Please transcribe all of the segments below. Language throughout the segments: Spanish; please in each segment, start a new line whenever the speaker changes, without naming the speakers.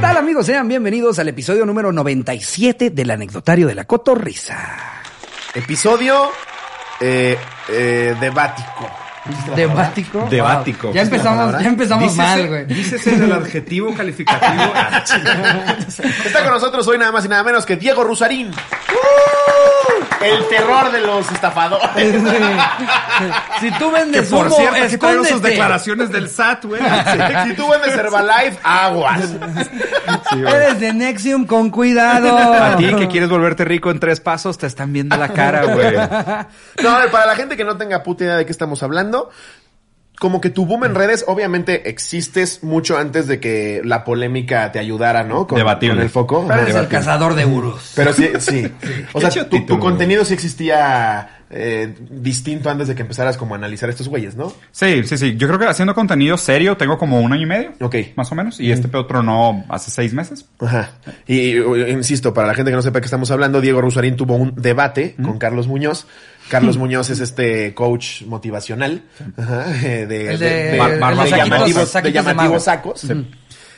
tal amigos? Sean bienvenidos al episodio número 97 del anecdotario de la cotorrisa.
Episodio eh, eh, debático.
Debático.
Debático.
Ya empezamos, ya empezamos mal, güey.
Dícese del adjetivo calificativo. Ah, chinga.
Está con nosotros hoy nada más y nada menos que Diego Rusarín. El terror de los estafadores.
si tú
que
vendes
por
humo,
cierto, aquí traigo sus
escóndete.
declaraciones del SAT, güey.
si tú vendes Herbalife, aguas.
Eres de Nexium con cuidado.
A ti que quieres volverte rico en tres pasos, te están viendo la cara, güey.
No, a ver, para la gente que no tenga puta idea de qué estamos hablando, como que tu boom en redes, obviamente existes mucho antes de que la polémica te ayudara, ¿no? Con,
Debatible.
con el foco.
Pero eres el
Debatible.
cazador de urus.
Pero sí, sí. O sea,
Qué
tu,
chotito,
tu contenido sí existía eh, distinto antes de que empezaras como a analizar estos güeyes, ¿no?
Sí, sí, sí. Yo creo que haciendo contenido serio tengo como un año y medio.
Ok.
Más o menos. Y este pedo no hace seis meses.
Ajá. Y eh, insisto, para la gente que no sepa de qué estamos hablando, Diego Rusarín tuvo un debate con Carlos Muñoz. Carlos Muñoz es este coach motivacional ajá, eh, de,
El
de-
de-
de-
Bar-
de
barba de
llamativos,
saquitos,
de
saquitos de
llamativos
mago.
sacos.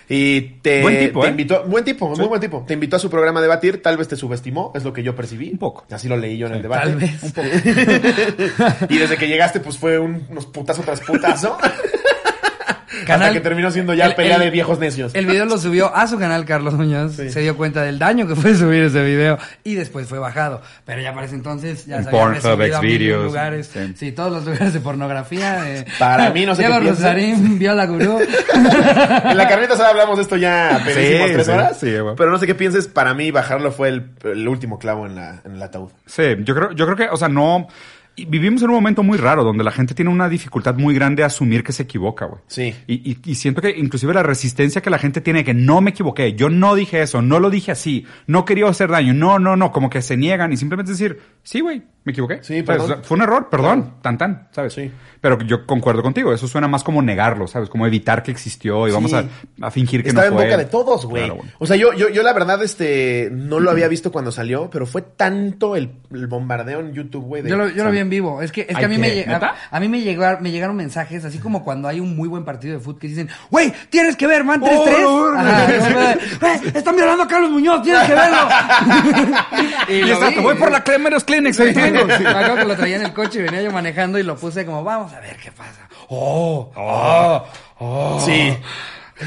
Y te,
Buen tipo,
te
¿eh?
invitó, buen tipo, muy buen tipo. Te invitó a su programa a debatir, tal vez te subestimó, es lo que yo percibí.
Un poco.
Así lo leí yo en el debate.
Tal vez.
Y desde que llegaste, pues fue un- unos putazo tras putazo. hasta
Canal-
que terminó siendo ya
el-
pelea
el-
de viejos necios.
El video lo subió a su canal Carlos Muñoz. Se dio cuenta del daño que fue subir ese video y después fue bajado. Pero ya para ese entonces ya
En
se había
Pornhub,
recibido a mil
Xvideos,
lugares.
sí.
Sí. todos los lugares de pornografía. eh.
Para mí, no sé
Diego
qué piense.
Rosarín vio a la gurú.
En la carnita asada hablamos de esto ya apenas
Sí,
hicimos tres
sí,
horas.
sí, güey.
pero no sé qué pienses, para mí bajarlo fue el, el último clavo en, la, en el ataúd.
Sí, yo creo, yo creo que, o sea, no. y Vivimos en un momento muy raro donde la gente tiene una dificultad muy grande a asumir que se equivoca, güey.
Sí.
Y, y- y siento que inclusive la resistencia que la gente tiene que no me equivoqué, yo no dije eso, no lo dije así, no quería hacer daño, no, no, no, como que se niegan y simplemente decir, sí, güey, me equivoqué.
Sí,
¿Sabes?
perdón.
O sea, fue un error, perdón, tan tan, ¿sabes?
Sí.
Pero yo concuerdo contigo, eso suena más como negarlo, ¿sabes? Como evitar que existió y vamos
Sí.
a, a fingir que
Estaba
no
en
fue.
boca de todos, güey.
Claro, güey.
O sea, yo, yo, yo la verdad, este, no lo había visto cuando salió, pero fue tanto el, el bombardeo en YouTube, güey. de-
Yo lo, yo lo vi en vivo. Es que, es que
Ay,
a mí, me,
¿qué?
lle- a-
¿Neta?
a mí me, llegaron, me llegaron mensajes, así como cuando hay un muy buen partido de fútbol que dicen, güey, tienes que ver, man, 3-3.
Oh,
Ajá,
no,
yo, "Güey, "Eh, están violando a Carlos Muñoz, tienes que verlo.
Y,
lo
exacto,
vi.
voy por la crema de los Kleenex,
Sí, me
ahí tengo.
acuerdo que lo traía en el coche y venía yo manejando y lo puse como, vamos a ver qué pasa. Oh,
Sí.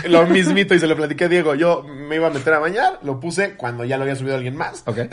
Lo mismito y se lo platiqué a Diego. Yo me iba a meter a bañar, lo puse cuando ya lo había subido alguien más.
Ok.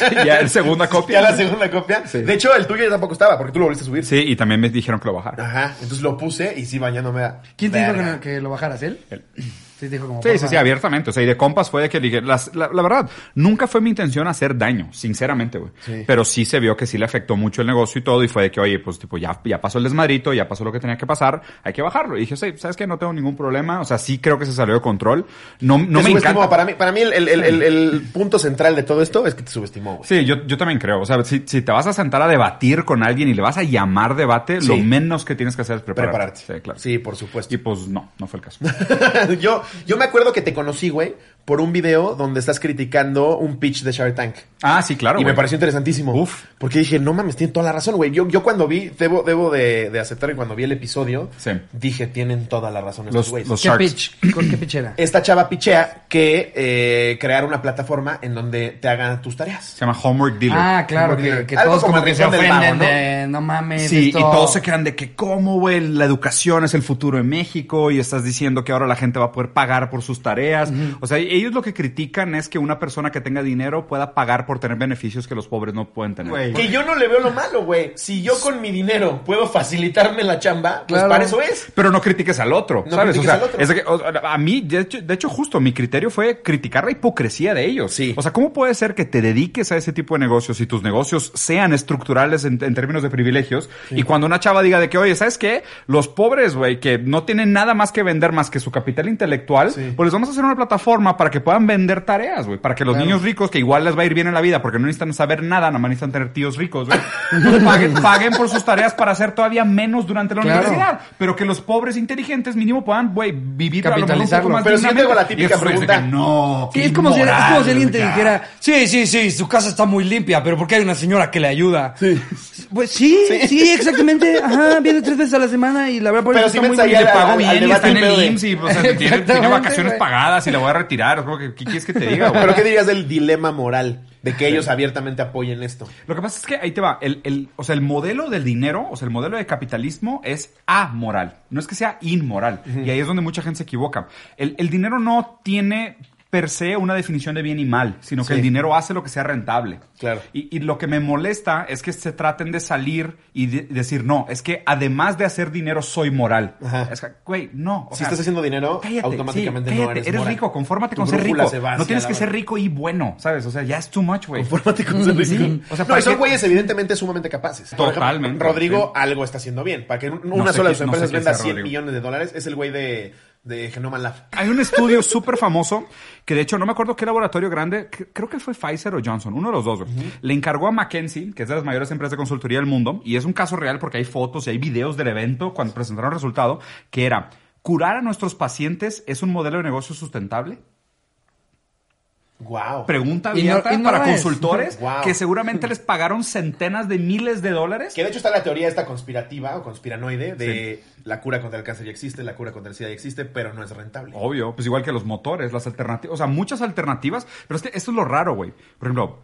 Sí, ya, el segunda copia.
Ya la segunda copia.
Sí.
De hecho, el tuyo ya tampoco estaba, porque tú lo volviste a subir.
Sí, y también me dijeron que lo bajara.
Ajá. Entonces lo puse y sí, bañándome. a-
¿quién te dijo que,
Verga.
no- que lo bajaras? ¿Él? Sí, te dijo como.
Sí,
"Por
sí, sí,
favor".
abiertamente. O sea, y de compas fue de que dije, las- la, la verdad, nunca fue mi intención hacer daño, sinceramente, güey.
Sí.
Pero sí se vio que sí le afectó mucho el negocio y todo, y fue de que, oye, pues tipo, ya, ya pasó el desmadrito, ya pasó lo que tenía que pasar, hay que bajarlo. Y dije, sí, ¿sabes qué? No tengo ningún problema. O sea, sí creo que se salió de control. No, no
Te
me
subestimó.
encanta.
Para mí, para mí el, el- el- el- el punto central de todo esto es que te subestimó, güey.
Sí, yo, yo también creo. O sea, si, si te vas a sentar a debatir con alguien y le vas a llamar debate, lo
Sí.
menos que tienes que hacer es prepararte.
Prepararte.
Sí, claro.
Sí, por supuesto.
Y pues no, no fue el caso.
yo, yo me acuerdo que te conocí, güey, por un video donde estás criticando un pitch de Shark Tank.
Ah, sí, claro.
y me
güey.
pareció interesantísimo.
Uf.
Porque dije, no mames, tiene toda la razón, güey. Yo, yo cuando vi, debo, debo de, de aceptar que cuando vi el episodio,
Sí.
dije, tienen toda la razón
Los-
estos güeyes.
los-
¿Qué
Sharks.
pitch? ¿Con qué pichera?
Esta chava pichea que eh, crear una plataforma en donde te hagan tus tareas.
Se llama Homework Dealer.
Ah, claro, que, que
Algo
todos
como
como
el
que se
rincón del
ofenden
vago, ¿no?
de no mames.
Sí,
esto-
y todos se quedan de que cómo, güey, la educación es el futuro en México y estás diciendo que ahora la gente va a poder pagar por sus tareas. O sea, ellos lo que critican es que una persona que tenga dinero pueda pagar por tener beneficios que los pobres no pueden tener.
Que yo no le veo lo malo, güey. Si yo con mi dinero puedo facilitarme la chamba, pues
Claro.
para eso es.
Pero no critiques al otro,
No
¿sabes? O
critiques
sea,
al otro.
es de que, o- a mí, de hecho, de hecho, justo mi criterio fue criticar la hipocresía de ellos.
Sí.
O sea, ¿cómo puede ser que te dediques a ese tipo de negocios y tus negocios sean estructurales en, en términos de privilegios? Y cuando una chava diga de que, oye, ¿sabes qué? Los pobres, güey, que no tienen nada más que vender más que su capital intelectual,
Sí.
pues les vamos a hacer una plataforma para que puedan vender tareas, güey. Para que los niños ricos, que igual les va a ir bien en la vida porque no necesitan saber nada, nada más necesitan tener tíos ricos, güey. pues paguen, paguen por sus tareas para hacer todavía menos durante la
Claro.
universidad pero que los pobres inteligentes mínimo puedan, güey, vivir a lo mejor un poco
Capitalizarlo.
más
Pero siempre hago la típica
dignamente. Y eso es de
pregunta.
que No.
Sí,
qué
es, como si, es
inmoral,
como si alguien te
cara.
dijera, sí, sí, sí, su casa está muy limpia, pero porque hay una señora que le ayuda. Sí. Pues sí, sí, exactamente. Ajá, viene tres veces a la semana y la verdad por
Pero
eso
sí
está muy
me
Y
ensayé
le
al-
pago
al- al
bien y
debate
está
en
en el
medio de-
IMSS y o sea, tiene, tiene
Exactamente,
vacaciones
güey.
pagadas y la voy a retirar claro, como que- ¿qué quieres que te diga, güey?
Pero ¿qué dirías del dilema moral de que ellos abiertamente apoyen esto?
Lo que pasa es que ahí te va, el, el- o sea, el modelo del dinero, o sea, el modelo de capitalismo es amoral, no es que sea inmoral. Y ahí es donde mucha gente se equivoca. El, el dinero no tiene per se una definición de bien y mal, sino que
Sí.
el dinero hace lo que sea rentable.
Claro.
Y, y lo que me molesta es que se traten de salir y de- decir, no, es que además de hacer dinero soy moral.
Ajá.
Es que, güey, no. o
Si
sea,
estás haciendo dinero,
cállate,
automáticamente
sí,
no
cállate,
eres,
eres
moral.
rico, confórmate
Tu
con ser
brújula
rico.
se va
No
hacia
tienes
la
que ser
verga.
rico y bueno, ¿sabes? O sea, ya es too much, güey.
Confórmate con ser rico.
O sea,
no,
¿para
y son
qué?
güeyes evidentemente sumamente capaces. Por ejemplo,
Totalmente,
Rodrigo
sí.
algo está haciendo bien. Para que un- una
sé
sola de
qué-
sus
no sé
empresas
qué
venda
sea
100
Rodrigo.
millones de dólares es el güey de, de Genoma Lab.
Hay un estudio súper famoso que, de hecho, no me acuerdo qué laboratorio grande, cre- creo que fue Pfizer o Johnson, uno de los dos, güey. Le encargó a McKinsey, que es de las mayores empresas de consultoría del mundo, y es un caso real porque hay fotos y hay videos del evento cuando presentaron el resultado, que era, ¿curar a nuestros pacientes es un modelo de negocio sustentable?
Wow.
Pregunta
Y no-
abierta
y no
para
lo es.
consultores
Wow.
que seguramente les pagaron centenas de miles de dólares.
Que de hecho está la teoría esta conspirativa o conspiranoide de la cura contra el cáncer ya existe, la cura contra el SIDA ya existe, pero no es rentable.
Obvio, pues igual que los motores, las alternativas, o sea, muchas alternativas, pero es que esto es lo raro, güey. Por ejemplo,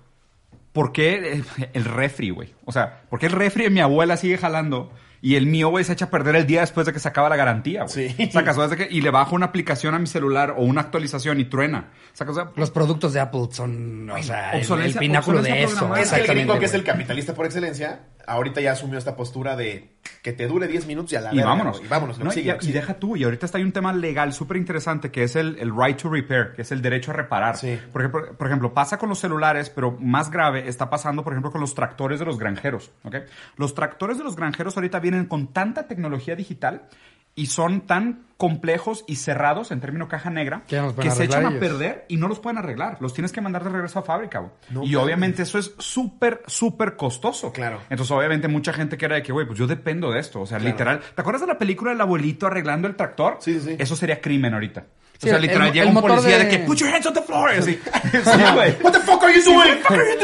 ¿por qué eh, el refri, güey? O sea, ¿por qué el refri de mi abuela sigue jalando y el mío, güey, se echa a perder el día después de que se acaba la garantía, güey?
Sí.
Sacas, o sea, que- y le bajo una aplicación a mi celular o una actualización y truena. Sacas, o sea,
Los productos de Apple son, o sea, el- el,
obsolencia-
pináculo de
obsolencia
eso.
programada.
Es que el gringo,
exactamente,
que es el
güey.
capitalista por excelencia, ahorita ya asumió esta postura de que te dure 10 minutos y a la
y
verga,
vámonos.
güey, Y vámonos, lo
No,
que
y-
sigue, lo que
y,
sigue.
deja tú. Y ahorita está hay un tema legal súper interesante que es el, el right to repair, que es el derecho a reparar.
Sí.
Porque, por, por ejemplo, pasa con los celulares, pero más grave está pasando, por ejemplo, con los tractores de los granjeros. ¿ok? Los tractores de los granjeros ahorita vienen con tanta tecnología digital y son tan complejos y cerrados en términos caja negra
Que ya no los pueden
que se
arreglar
echan a
ellos.
perder y no los pueden arreglar. Los tienes que mandar de regreso a fábrica. güey.
No
y
mames.
obviamente eso es súper, súper costoso.
Claro.
Entonces, obviamente, mucha gente que era de que, güey, pues yo dependo de esto. O sea, literal. ¿Te acuerdas de la película del abuelito arreglando el tractor?
Sí, sí, sí.
Eso sería crimen ahorita.
Sí,
o sea,
el-
literal,
el-
llega
el
un
motor
policía de...
de-
que, put your hands on the floor. Así. sí, güey.
What the fuck are you doing?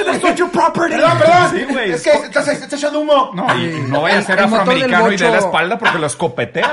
That's not your property.
Perdón, perdón.
Sí, güey.
Es que estás, estás echando humo.
No, y no vaya a
El-
ser
el motor del
afroamericano y de la
bocho.
espalda porque lo escopetea, güey.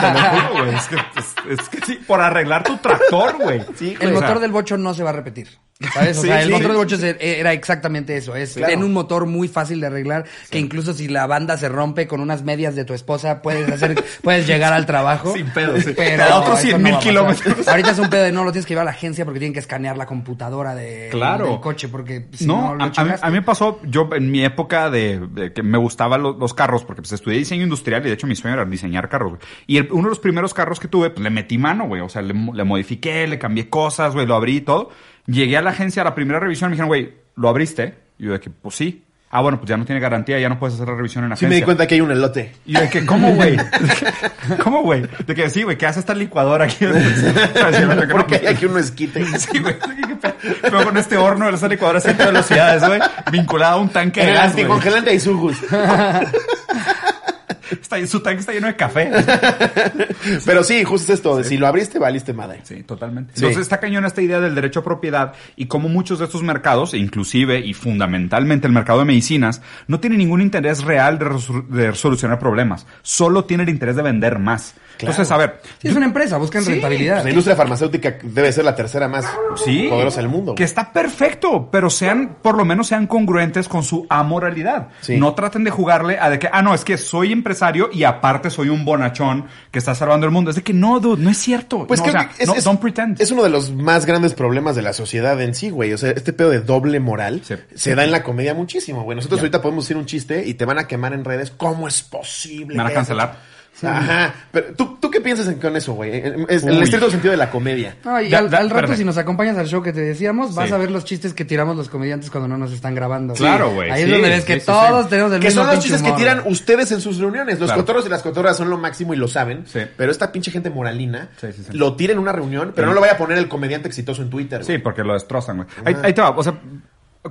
Te lo juro, güey. Es que, pues, es, es que sí, por arreglar tu tractor, güey.
Sí,
El
O sea,
motor del bocho no se va a repetir. ¿Sabes? O
Sí,
sea, el
sí.
motor del bocho es- eh, era exactamente eso. Es
Claro.
ten un motor muy fácil de arreglar, que incluso si la banda se rompe con unas medias de tu esposa, puedes hacer, puedes llegar al trabajo.
Sin pedo, sí.
Pero
Te da otros
eso
100,000
va a pasar.
kilómetros.
Ahorita es un pedo de no, lo tienes que llevar a la agencia porque tienen que escanear la computadora de,
Claro.
del coche, porque si no,
no, a-
lo
a, mí-
chingaste.
a mí me pasó, yo en mi época de, de que me gustaban lo- los carros, porque pues estudié diseño industrial y de hecho mi sueño era diseñar carros. güey. Y el- uno de los primeros carros que tuve, pues le metí mano, güey. O sea, le, mo- le modifiqué, le cambié cosas, güey, lo abrí y todo. Llegué a la agencia, a la primera revisión, me dijeron, güey, ¿lo abriste? Y yo de que, pues sí. Ah, bueno, pues ya no tiene garantía, ya no puedes hacer la revisión en la
Sí me
agencia.
di cuenta que hay un elote.
Y yo de que, ¿cómo, güey? ¿Cómo, güey? De que sí, güey, ¿qué hace esta licuadora aquí? O sea, sí, de que, no,
Porque
pues,
hay aquí un esquite.
Sí, güey. ¿Qué pedo? Pero con este horno de las licuadoras a 100 velocidades, güey. Vinculado a un tanque
En
de
el
gas, güey.
anticongelante hay sugus.
Está- Su tanque está lleno de café.
Pero sí, justo es esto. de Si lo abriste, valiste madre.
Sí, totalmente.
Sí.
Entonces está cañona esta idea del derecho a propiedad y cómo muchos de estos mercados, e inclusive y fundamentalmente el mercado de medicinas, no tiene ningún interés real de, resol- de solucionar problemas. Solo tiene el interés de vender más.
Claro.
Entonces, a ver,
Sí, es una empresa, buscan
Sí,
rentabilidad.
Pues la industria farmacéutica debe ser la tercera más
Sí.
poderosa del mundo.
Que está perfecto, pero sean, por lo menos sean congruentes con su amoralidad.
Sí.
No traten de jugarle a de que, ah, no, es que soy empresario y aparte soy un bonachón que está salvando el mundo. Es de que no, dude, no es cierto.
Pues
no,
creo
o sea,
que es,
no,
es-
don't pretend.
es uno de los más grandes problemas de la sociedad en sí, güey. O sea, este pedo de doble moral
Sí.
se da en la comedia muchísimo, güey. Nosotros ahorita podemos decir un chiste y te van a quemar en redes. ¿Cómo es posible?
Me van a
que
cancelar.
hayas hecho? Ajá. Pero ¿tú, tú qué piensas en- con eso, güey? En, en- en el
Uy.
estricto sentido de la comedia.
No, y
Da-
al,
da-
al rato,
espérame.
si nos acompañas al show que te decíamos, vas
Sí.
a ver los chistes que tiramos los comediantes cuando no nos están grabando.
Claro, güey,
Ahí
sí,
es donde ves
sí,
que
sí,
todos
sí.
tenemos el
Que
mismo
son los
pinche
chistes que
humor,
tiran
güey.
ustedes en sus reuniones. Los
Claro.
cotorros y las cotorras son lo máximo y lo saben.
Sí.
Pero esta pinche gente moralina
Sí, sí, sí.
lo tira en una reunión, pero no lo vaya a poner el comediante exitoso en Twitter.
Sí,
güey. Ah.
porque lo destrozan, güey. Ahí, ahí te va. O sea,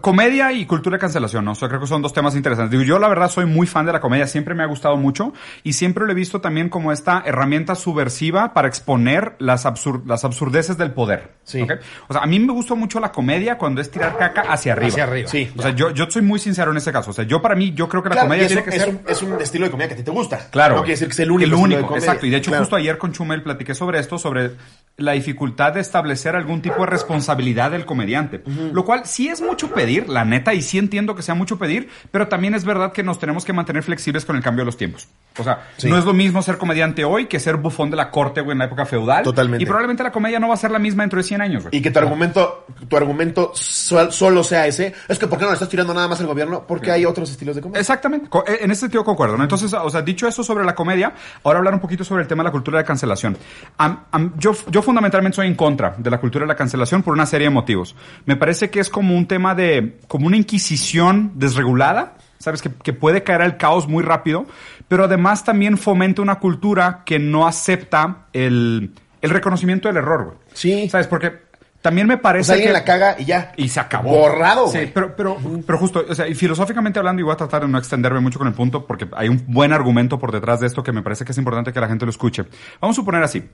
comedia y cultura de cancelación, ¿no? O sea, creo que son dos temas interesantes. Digo, yo la verdad soy muy fan de la comedia, siempre me ha gustado mucho y siempre lo he visto también como esta herramienta subversiva para exponer las, absur- las absurdeces del poder.
Sí.
¿ok? O sea, a mí me gustó mucho la comedia cuando es tirar caca hacia arriba.
Hacia arriba.
Sí.
O sea, yo, yo soy muy sincero en ese caso. O sea, yo para mí, yo creo que la
Claro, y
comedia
es,
tiene
un,
que
es
ser...
un- es un estilo de comedia que a ti te gusta.
Claro.
No quiere decir que es el único.
El
estilo de
único,
comedia.
exacto. Y de hecho,
Claro.
justo ayer con Chumel platiqué sobre esto, sobre la dificultad de establecer algún tipo de responsabilidad del comediante. Lo cual sí es mucho pedir, la neta, y sí entiendo que sea mucho pedir, pero también es verdad que nos tenemos que mantener flexibles con el cambio de los tiempos. O sea,
Sí.
no es lo mismo ser comediante hoy que ser bufón de la corte, güey, en la época feudal.
Totalmente.
Y probablemente la comedia no va a ser la misma dentro de 100 años, güey.
Y que tu argumento, tu argumento sol- solo sea ese. Es que ¿por qué no le estás tirando nada más al gobierno? Porque hay otros estilos de comedia.
Exactamente. Co- eh, En ese sentido
Mm.
concuerdo. ¿no? Entonces, o sea, dicho eso sobre la comedia, ahora hablar un poquito sobre el tema de la cultura de la cancelación. Am- am- yo, yo fundamentalmente soy en contra de la cultura de la cancelación por una serie de motivos. Me parece que es como un tema de, como una inquisición desregulada. ¿Sabes? Que, que puede caer al caos muy rápido, pero además también fomenta una cultura que no acepta el, el reconocimiento del error, güey.
Sí.
¿Sabes? Porque también me parece
O sea, alguien
que...
la caga y ya.
Y se acabó.
Borrado,
Sí,
güey.
pero, pero, pero justo, o sea, y filosóficamente hablando, y voy a tratar de no extenderme mucho con el punto, porque hay un buen argumento por detrás de esto que me parece que es importante que la gente lo escuche. Vamos a suponer así.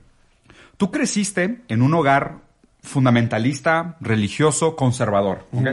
Tú creciste en un hogar fundamentalista, religioso, conservador. ¿ok?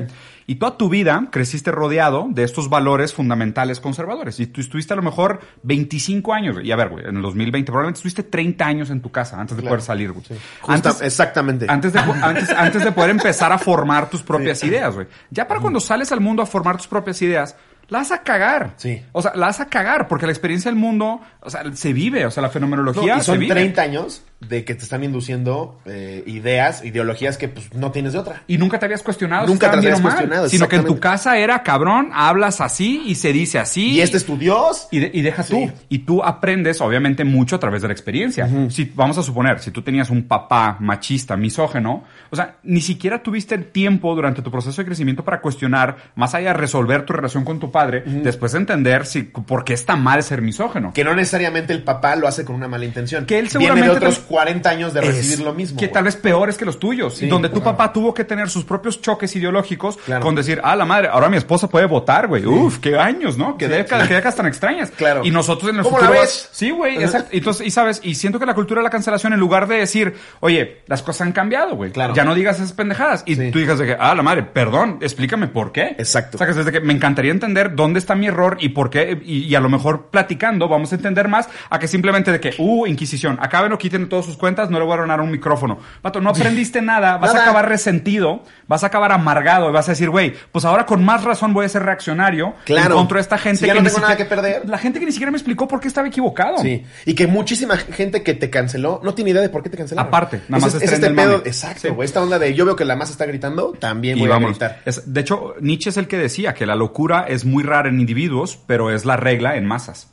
Y toda tu vida creciste rodeado de estos valores fundamentales conservadores. Y tú estuviste a lo mejor 25 años. Y a ver, güey, en el 2020 probablemente estuviste 30 años en tu casa antes de poder salir, güey.
Justa-
Antes-
exactamente.
antes de, antes, antes de poder empezar a formar tus propias ideas, güey. Ya para cuando sales al mundo a formar tus propias ideas, la vas a cagar.
Sí.
O sea, la vas a cagar porque la experiencia del mundo, o sea, se vive, o sea, la
No,
fenomenología
y
se
son
vive.
30 años de que te están induciendo eh, ideas, ideologías que pues no tienes de otra.
Y nunca te habías cuestionado.
Nunca
estaban
te
bien
habías
o mal,
cuestionado,
Sino que en tu
exactamente.
casa era cabrón, hablas así y se dice así.
Y, este es tu Dios.
Y, de- y deja
Sí.
tú. Y tú aprendes, obviamente, mucho a través de la experiencia. si, vamos a suponer, si tú tenías un papá machista, misógeno, o sea, ni siquiera tuviste el tiempo durante tu proceso de crecimiento para cuestionar, más allá de resolver tu relación con tu padre, después de entender si, por qué está mal ser misógeno.
Que no necesariamente el papá lo hace con una mala intención.
Que él
Viene
seguramente
de otros
tam-
40 años de recibir lo mismo.
Que
güey.
tal vez peores que los tuyos. y donde tu papá tuvo que tener sus propios choques ideológicos
Claro.
con decir, ah, la madre, ahora mi esposa puede votar, güey. Uf, qué años, ¿no? Qué, décadas, qué décadas tan extrañas.
Claro.
Y nosotros en el
¿Cómo
futuro.
la ves?
Sí, güey, exacto. Entonces, y sabes, y siento que la cultura de la cancelación, en lugar de decir, oye, las cosas han cambiado, güey.
Claro.
Ya no digas esas pendejadas. Y
Sí.
tú digas de que, ah, la madre, perdón, explícame por qué.
Exacto.
O sea, que desde que me encantaría entender dónde está mi error y por qué, y, y a lo mejor platicando vamos a entender más a que simplemente de que, uh, Inquisición, acaben o quiten todas sus cuentas, no le voy a donar un micrófono. Pato, no aprendiste nada, vas
Nada.
a acabar resentido, vas a acabar amargado y vas a decir, güey, pues ahora con más razón voy a ser reaccionario
Claro.
en contra de esta gente
Si ya no
ni
tengo nada
siquiera-
que perder.
La gente que ni siquiera me explicó por qué estaba equivocado.
Sí, y que muchísima gente que te canceló no tiene idea de por qué te cancelaron.
Aparte, nada más
Ese-
es
es,
tren
este
del
pedo,
mame.
exacto,
Sí.
güey, esta onda de yo veo que la masa está gritando, también voy
vámonos.
a gritar.
Es- de hecho, Nietzsche es el que decía que la locura es muy rara en individuos, pero es la regla en masas.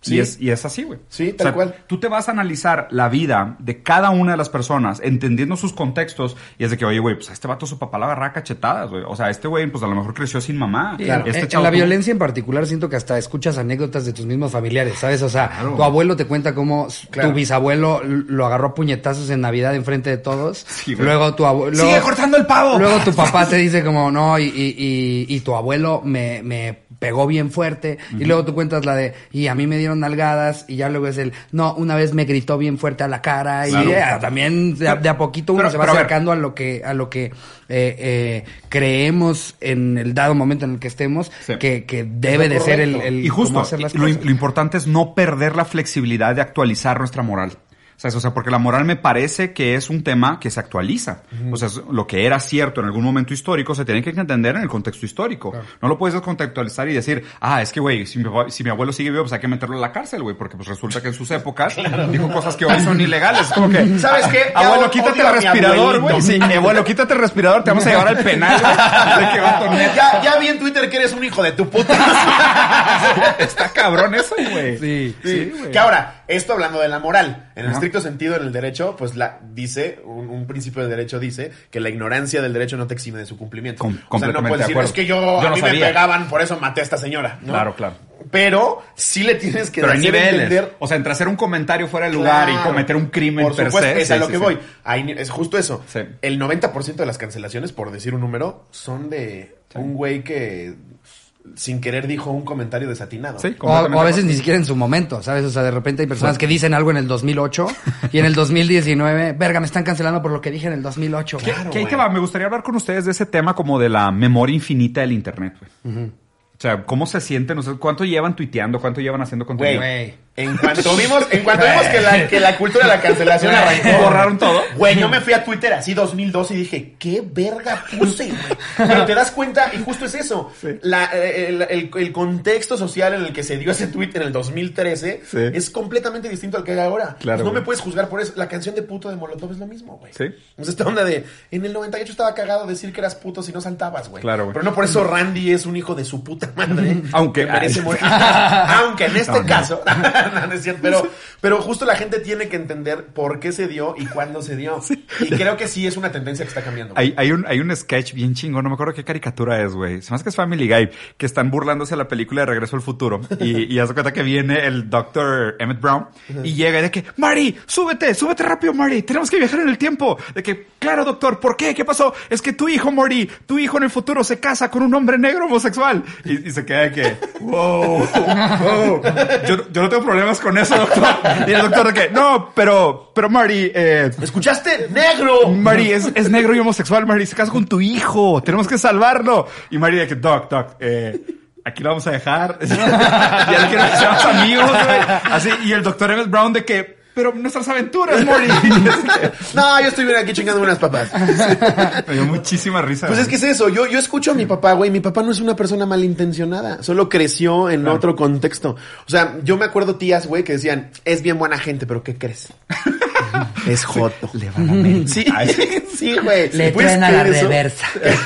Sí.
Y, es, y es así, güey.
Sí, tal cual.
Tú te vas a analizar la vida de cada una de las personas, entendiendo sus contextos, y es de que, oye, güey, pues a este vato su papá la agarra a cachetadas, güey. O sea, este güey, pues a lo mejor creció sin mamá.
Sí,
Claro.
Este
Eh, en- en,
chavo
la
tuvo-
violencia en particular siento que hasta escuchas anécdotas de tus mismos familiares, ¿sabes? O sea,
Claro.
tu abuelo te cuenta cómo s-
Claro.
tu bisabuelo l- lo agarró a puñetazos en Navidad enfrente de todos.
Sí, güey.
luego tu abuelo...
¡Sigue cortando el pavo!
Luego tu papá te dice como, no, y, y- y- y tu abuelo me, me pegó bien fuerte. Y luego tú cuentas la de, y a mí me dieron nalgadas. Y ya luego es el, no, una vez me gritó bien fuerte a la cara.
Claro.
Y ya, también de a, de a poquito uno
Pero-
se va
pero a ver.
acercando a lo que, a lo que eh, eh, creemos en el dado momento en el que estemos
Sí.
que, que debe de ser el,
correcto.
el
y
cómo
justo,
hacer las
lo,
cosas.
lo importante es no perder la flexibilidad de actualizar nuestra moral. ¿Sabes? O sea, porque la moral me parece que es un tema que se actualiza. O sea, es- lo que era cierto en algún momento histórico se tiene que entender en el contexto histórico. No lo puedes descontextualizar y decir, ah, es que, güey, si mi, abue- si mi abuelo sigue vivo, pues hay que meterlo a la cárcel, güey, porque pues resulta que en sus épocas dijo cosas que hoy son ilegales. Es como que,
¿Sabes qué?
"Ah,
Ya
abuelo,
odio
quítate
a
el
mi
respirador,
abuelito".
güey. Sí, eh, abuelo, quítate el respirador, te vamos a llevar al penal. güey. De que vato, neta.
Ya, ya vi en Twitter que eres un hijo de tu puta.
Está cabrón eso, güey.
Sí.
Sí, que ahora, esto hablando de la moral. En
Ajá.
este estricto sentido en el derecho, pues la dice, un, un principio de derecho dice que la ignorancia del derecho no te exime de su cumplimiento.
Com-
o sea, no
completamente de
puedes decir,
acuerdo.
es que yo,
Yo
a
no
mí
sabía".
me pegaban, por eso maté a esta señora. ¿no?
Claro, claro.
Pero sí le tienes que
Pero hay
hacer
niveles.
entender
O sea, entre hacer un comentario fuera de lugar y
Claro.
cometer un crimen
Por
per
supuesto,
se,
es a
sí,
lo
sí,
que
sí.
voy. Ahí ni- es justo eso.
Sí.
El 90% de las cancelaciones, por decir un número, son de un güey que sin querer dijo un comentario desatinado.
Sí,
O, o
completamente
a veces ni siquiera en su momento, ¿sabes? O sea, de repente hay personas que dicen algo en el 2008 y en el 2019, verga, me están cancelando por lo que dije en el 2008.
Que-
Claro,
que ahí te
güey.
va, me gustaría hablar con ustedes de ese tema como de la memoria infinita del internet, güey. O sea, ¿cómo se sienten? O sea, ¿Cuánto llevan tuiteando? ¿Cuánto llevan haciendo contenido?
Güey.
En cuanto vimos, en cuanto vimos que, la, que la cultura de la cancelación arrancó.
Borraron todo.
Güey, yo me fui a Twitter así 2002 y dije, ¿qué verga puse, güey? Pero te das cuenta, y justo es eso, la- eh, el, el- el contexto social en el que se dio ese tweet en el 2013
Sí.
es completamente distinto al que hay ahora. Pues
Claro,
no
güey.
me puedes juzgar por eso. La canción de puto de Molotov es lo mismo, güey.
Sí.
O sea, esta onda de, en el 98 estaba cagado decir que eras puto si no saltabas, güey.
Claro, güey.
Pero no por eso Randy es un hijo de su puta madre.
Aunque-
Que merece
ay.
morir. Aunque en este
No, no.
caso, no, no es cierto, pero, pero justo la gente tiene que entender por qué se dio y cuándo se dio. Y creo que sí es una tendencia que está cambiando.
Hay, hay un, hay un sketch bien chingo, no me acuerdo qué caricatura es, güey. Se me hace que es Family Guy, que están burlándose de la película de Regreso al Futuro. Y, y hace cuenta que viene el Dr. Emmett Brown y llega y de que, Mari, súbete, súbete rápido, Mari, tenemos que viajar en el tiempo. De que, claro, doctor, ¿por qué? ¿Qué pasó? Es que tu hijo, Mori, tu hijo en el futuro se casa con un hombre negro homosexual. Y, y se queda de que, wow, wow. Yo, no- yo no tengo problemas con eso, doctor. Y el doctor de que, no, pero, pero Mari, eh,
¿Escuchaste? ¡Negro!
Mari, es, es negro y homosexual, Mari, se casa con tu hijo, tenemos que salvarlo. Y Mari de que, Doc, Doc, eh, aquí lo vamos a dejar. y al que nos seamos amigos, güey. Así, y el doctor Emmett Brown de que, pero nuestras aventuras, Mari.
No, yo estoy bien aquí chingando unas papas.
Me dio muchísima risa.
Pues es que es eso, yo, yo escucho a mi papá, güey, mi papá no es una persona malintencionada, solo creció en otro contexto. O sea, yo me acuerdo tías, güey, que decían, es bien buena gente, pero ¿qué crees? es joto.
Le va la mente.
Sí, sí, güey.
Le
¿Puedes
truena la
creer eso?
reversa.
Eh.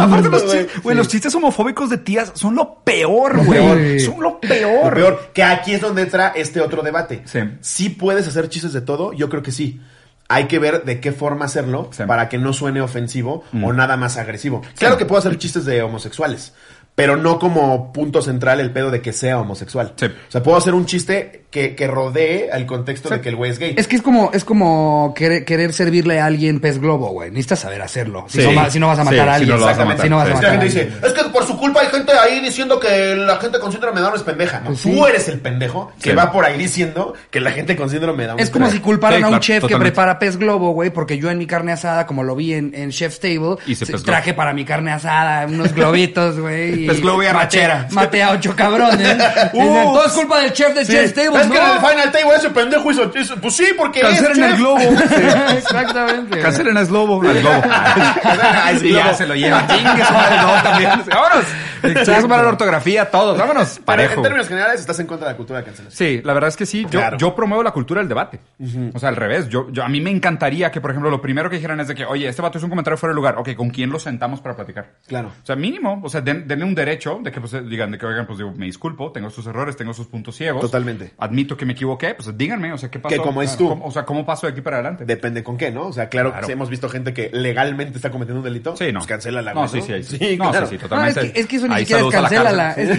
Aparte, los,
pues, Güey,
chi- güey, los chistes homofóbicos de tías son lo peor, güey.
peor.
Son lo
Lo
peor.
peor, que aquí es donde entra este otro debate.
Sí.
¿Sí puedes hacer chistes de todo? Yo creo que sí. Hay que ver de qué forma hacerlo
Sí.
para que no suene ofensivo
Mm.
o nada más agresivo. Claro que puedo hacer chistes de homosexuales, pero no como punto central el pedo de que sea homosexual.
Sí.
O sea, puedo hacer un chiste que, que rodee al contexto
Sí.
de que el güey es gay.
Es que es como, es como querer, querer servirle a alguien pez globo, güey. Necesitas saber hacerlo. Si,
Sí.
no, va- si no vas a matar
Sí,
a
si
alguien,
no lo vas a
exactamente, si no vas
matar.
a
Es que la
matar a
gente
alguien.
dice, es que por su culpa hay gente ahí diciendo que la gente con síndrome de Down es pendeja. ¿no?
Pues sí.
Tú eres el pendejo que
Sí.
va por ahí diciendo que la gente con síndrome de Down
Es como si culparan
Sí,
a un
claro,
chef
totalmente.
que prepara pez globo, güey, porque yo en mi carne asada, como lo vi en, en Chef's Table,
Hice
se-
pez globo.
traje para mi carne asada unos globitos, güey. y
Pez globo y arrachera.
Maté,
Uh.
maté a ocho cabrones. Y dicen, Todo es culpa del chef de
Sí.
Chef's Table,
Es que en el
¿no?
Final Table ese pendejo hizo, hizo- pues sí, porque es
Cancelen
chef.
el globo.
Exactamente.
Cancelen a Slobo. Al globo.
Al
Sí, ya
globo.
se lo lleva. Chingue su madre, no, también. Vámonos. Chingue su madre la ortografía, todos. Vámonos.
Pero
Parejo.
en términos generales estás en contra de la cultura de cancelación.
Sí, la verdad es que sí. Yo,
Claro.
yo promuevo la cultura del debate. O sea, al revés. Yo, yo, a mí me encantaría que, por ejemplo, lo primero que dijeran es de que, oye, este vato es un comentario fuera de lugar. Ok, ¿con quién lo sentamos para platicar?
Claro.
O sea, mínimo. O sea, den- denme un derecho de que pues, eh, digan, de que, oigan, pues digo, me disculpo, tengo sus errores, tengo sus puntos ciegos.
Totalmente.
Admito que me equivoqué. Pues díganme, o sea, ¿qué pasó?
Que como es
Ah,
tú.
¿cómo- O sea, ¿cómo paso de aquí para adelante?
Depende con qué, ¿no? O sea, claro,
Claro.
si hemos visto gente que legalmente está cometiendo un delito,
Sí, no.
pues cancela la
No, sí, sí, ahí sí. No,
claro.
sí, sí,
No, Ah, es,
totalmente.
que, es que eso ni
Ahí
siquiera es
saludos a
cancélala.
la cárcel.
Es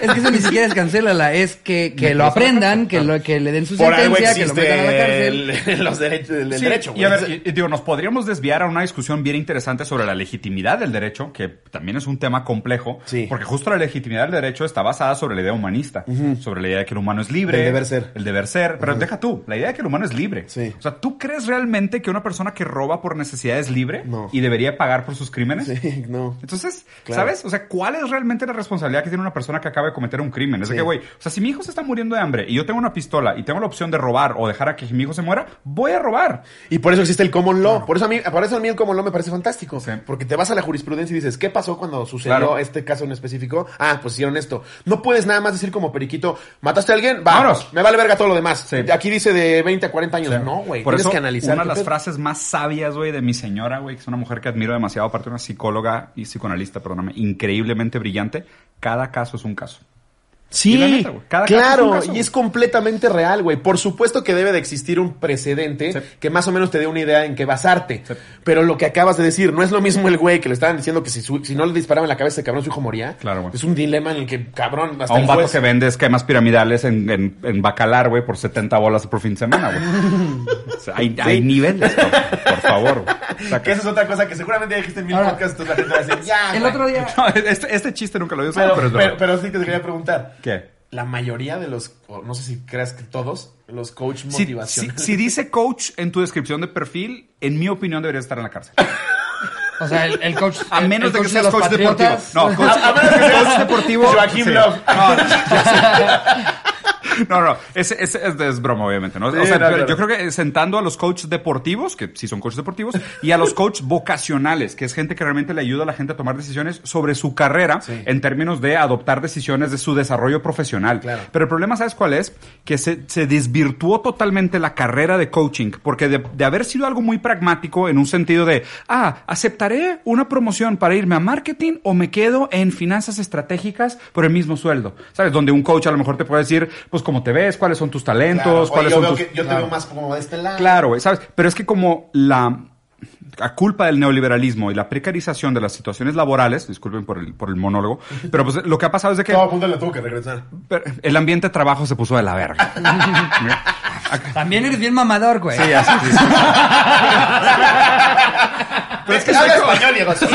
que, es que eso ni siquiera es cancélala. Es que, que lo aprendan, que, lo, que le den su
Por algo
sentencia, que lo metan a la
existe
cárcel.
el- los derechos, el, el
Sí,
derecho.
Y a
güey.
ver, y- y digo, nos podríamos desviar a una discusión bien interesante sobre la legitimidad del derecho, que también es un tema complejo,
Sí.
porque justo la legitimidad del derecho está basada sobre la idea humanista, sobre la idea de que el humano es libre.
El deber ser.
El deber ser. Pero deja tú, la idea de que el humano es libre.
Sí.
O sea, ¿tú crees realmente que una persona que roba por necesidad es libre
No.
y debería pagar por sus crímenes?
Sí, no.
Entonces,
Claro.
¿sabes? O sea, ¿cuál es realmente la responsabilidad que tiene una persona que acaba de cometer un crimen? Es de
Sí.
que, güey, o sea, si mi hijo se está muriendo de hambre y yo tengo una pistola y tengo la opción de robar o dejar a que mi hijo se muera, voy a robar.
Y por eso existe el common law. Por eso a mí, por eso a mí el common law me parece fantástico.
Sí.
Porque te vas a la jurisprudencia y dices, ¿qué pasó cuando sucedió
Claro.
este caso en específico? Ah, pues hicieron esto. No puedes nada más decir como periquito, ¿mataste a alguien? Va,
Vámonos.
me vale verga todo lo demás.
Sí.
Aquí dice de 20 a 40 años.
Sí.
No, güey.
Por
Tienes
eso,
que analizar.
Una de
qué
las
pedo.
frases más sabias, güey, de mi señora, güey, que es una mujer que admiro demasiado, aparte una psicóloga y psicoanalista, perdóname, increíblemente brillante. Cada caso es un caso. Y la
Sí,
neta, güey, cada caso es un
claro,
caso,
y
güey.
es completamente real, güey. Por supuesto que debe de existir un precedente
Sí.
que más o menos te dé una idea en qué basarte.
Sí.
Pero lo que acabas de decir, no es lo mismo el güey que le estaban diciendo que si, su- si no le disparaban en la cabeza de cabrón su hijo moría.
Claro, güey.
Es un dilema en el que, cabrón, hasta
A un
el
vato
juez-
que vende esquemas piramidales en, en, en Bacalar, güey, por 70 bolas por fin de semana, güey. O sea, hay, hay niveles, güey. por favor. güey. Saca.
Que esa es otra cosa que seguramente dijiste en mil
Ahora-
podcasts, entonces la gente va a decir,
Ah,
ya.
El
güey".
otro día.
No, este, este chiste nunca lo había usado,
Pero,
pero, es
pero-
verdad.
pero sí que te quería preguntar.
¿Qué?
La mayoría de los, o no sé si creas que todos, los coach
Si-
motivacionales.
si- si dice coach en tu descripción de perfil, en mi opinión debería estar en la cárcel.
O sea, el, el coach.
A
el-
menos
el
de que seas
los
coach deportivo.
Patriotas.
No, coach,
A- a menos que seas
coach deportivo.
Joaquín Love.
No, no, no, ese, ese es, es broma, obviamente. ¿no? O
Sí,
sea,
no,
pero
claro.
Yo creo que sentando a los coaches deportivos, que sí son coaches deportivos, y a los coaches vocacionales, que es gente que realmente le ayuda a la gente a tomar decisiones sobre su carrera
Sí.
en términos de adoptar decisiones de su desarrollo profesional.
Claro.
Pero el problema, ¿sabes cuál es? Que se, se desvirtuó totalmente la carrera de coaching, porque de, de haber sido algo muy pragmático en un sentido de, ah, aceptaré una promoción para irme a marketing o me quedo en finanzas estratégicas por el mismo sueldo. ¿Sabes? Donde un coach a lo mejor te puede decir, pues, cómo te ves, cuáles son tus talentos,
Claro, oye,
cuáles
yo
son
veo
tus...
que- yo te veo más como de este lado.
Claro, güey, ¿sabes? Pero es que como la a culpa del neoliberalismo y la precarización de las situaciones laborales, disculpen por el, por el monólogo, pero pues lo que ha pasado es de que
Todo punto le tuvo que regresar.
pero el ambiente de trabajo se puso de la verga. Mira,
También eres bien mamador, güey.
sí, así, sí, sí.
Pero es que habla español, Diego. sí.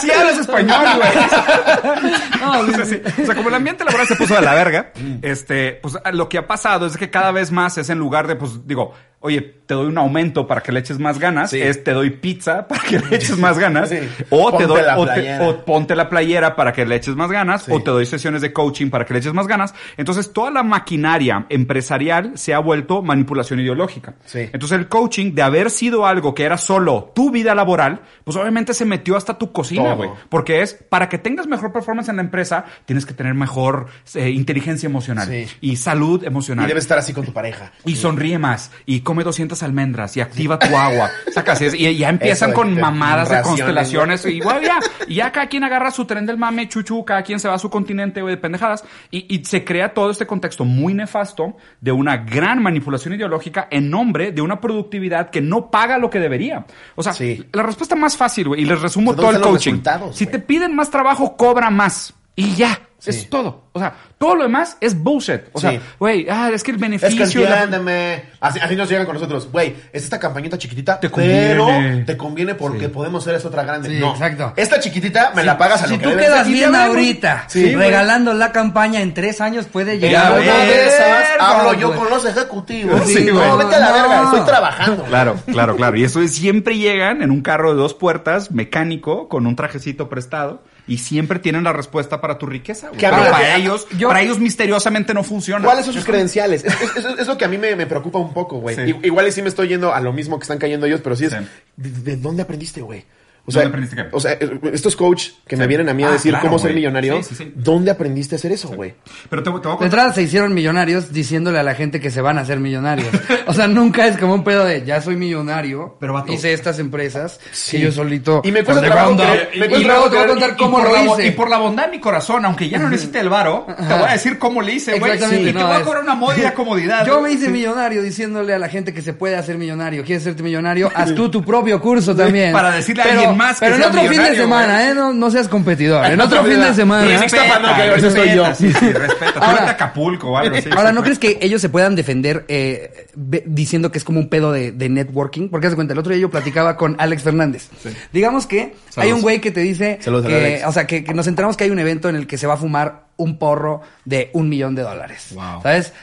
Sí, hablas español, güey.
No,
O sea, sí. O sea, como el ambiente laboral se puso de la verga, este, pues lo que ha pasado es que cada vez más es en lugar de, pues digo, oye, te doy un aumento para que le eches más ganas,
Sí.
es te doy pizza para que le eches más ganas,
Sí.
o
Ponte
te doy,
la
o te-
playera.
o ponte la playera para que le eches más ganas, o te doy sesiones de coaching para que le eches más ganas. Entonces, toda la maquinaria empresarial se ha vuelto manipulación ideológica.
Sí.
Entonces, el coaching, de haber sido algo que era solo tu vida laboral, pues obviamente se metió hasta tu cocina,
Todo.
güey. Porque es, para que tengas mejor performance en la empresa, tienes que tener mejor eh, inteligencia emocional
Sí.
y salud
Y
emocional.
debe estar así con tu pareja.
Y sonríe más, y come 200 almendras, y activa tu agua. Sacas, es- y ya empiezan
Eso de
con
que-
mamadas de
raciones,
constelaciones. Y bueno, ya, y ya cada quien agarra su tren del mame, chuchu, cada quien se va a su continente, güey, de pendejadas. Y, y se crea todo este contexto muy nefasto de una gran manipulación ideológica en nombre de una productividad que no paga lo que debería. O sea,
Sí.
la respuesta más fácil, güey, y les resumo
O sea,
todo
¿dónde
el
están los
coaching.
resultados,
Si
güey?
te piden más trabajo, cobra más. Y ya.
Sí.
Es todo. O sea, todo lo demás es bullshit. O
Sí.
sea, güey, ah, es que el beneficio...
Es que
la-
entiéndeme. Así, así nos llegan con nosotros. Güey, es esta campañita chiquitita,
Te
pero
conviene.
te conviene porque podemos hacer esa otra grande.
Sí,
no,
exacto.
Esta chiquitita me la pagas a lo
Si
que
tú
debes.
quedas
Y ya
bien
vemos.
ahorita,
Sí, güey.
regalando la campaña en tres años puede
En
Ya
llegar.
una
ves,
de esas
Verga,
hablo yo
güey.
con los ejecutivos.
Sí,
no,
güey.
vete a la
No.
verga, estoy trabajando.
Claro, claro, claro. Y eso es, siempre llegan en un carro de dos puertas, mecánico, con un trajecito prestado, y siempre tienen la respuesta para tu riqueza. güey.
Que a
Pero
mí lo
para
que-
ellos,
yo-
para ellos misteriosamente no funciona.
¿Cuáles son sus credenciales? Es, es- es- es lo que a mí me, me preocupa un poco, güey.
Sí.
I- Igual y sí me estoy yendo a lo mismo que están cayendo ellos, pero sí es.
Sí.
¿De, de dónde aprendiste, güey? O
¿Dónde aprendiste qué?
o sea, eh, estos coach que me vienen a mí a
Ah,
decir
claro,
cómo ser
güey.
millonario,
Sí, sí, sí.
¿dónde aprendiste a hacer eso, güey?
Pero te, te voy a
De
contar.
entrada se hicieron millonarios diciéndole a la gente que se van a hacer millonarios. O sea, nunca es como un pedo de ya soy millonario,
Pero, vato.
hice estas empresas
Sí.
y yo solito.
Y me cuesta
from the
trabajo
ground
creer-
up.
me cuesta
Y luego
trabajo
te voy a
creer-
contar cómo
por
lo
la, bo-
hice.
y por la bondad de mi corazón, aunque ya no necesite el varo, te voy a decir cómo le hice, güey. Sí,
Exactamente,
y te
no,
voy a
es-
cobrar una módica comodidad.
Yo me hice millonario diciéndole a la gente que se puede hacer millonario. ¿Quieres hacerte millonario? Haz tú tu propio curso también.
Para decirle a alguien más que
Pero en
sea
otro fin de
millonario,
semana,
güey.
¿eh? No, no seas competidor. En otro fin de semana.
Respeta, no, que ahorita soy yo.
Sí, sí, respeta. Tú
Ahora-
vete a Acapulco o algo así.
Ahora, ¿no crees que ellos se puedan defender eh, ve- diciendo que es como un pedo de, de networking? Porque haz de cuenta, el otro día yo platicaba con Alex Fernández. Digamos que hay un güey que te dice
Saludos al
que,
Alex.
o sea, que, que nos enteramos que hay un evento en el que se va a fumar un porro de un millón de dólares.
Wow.
¿Sabes?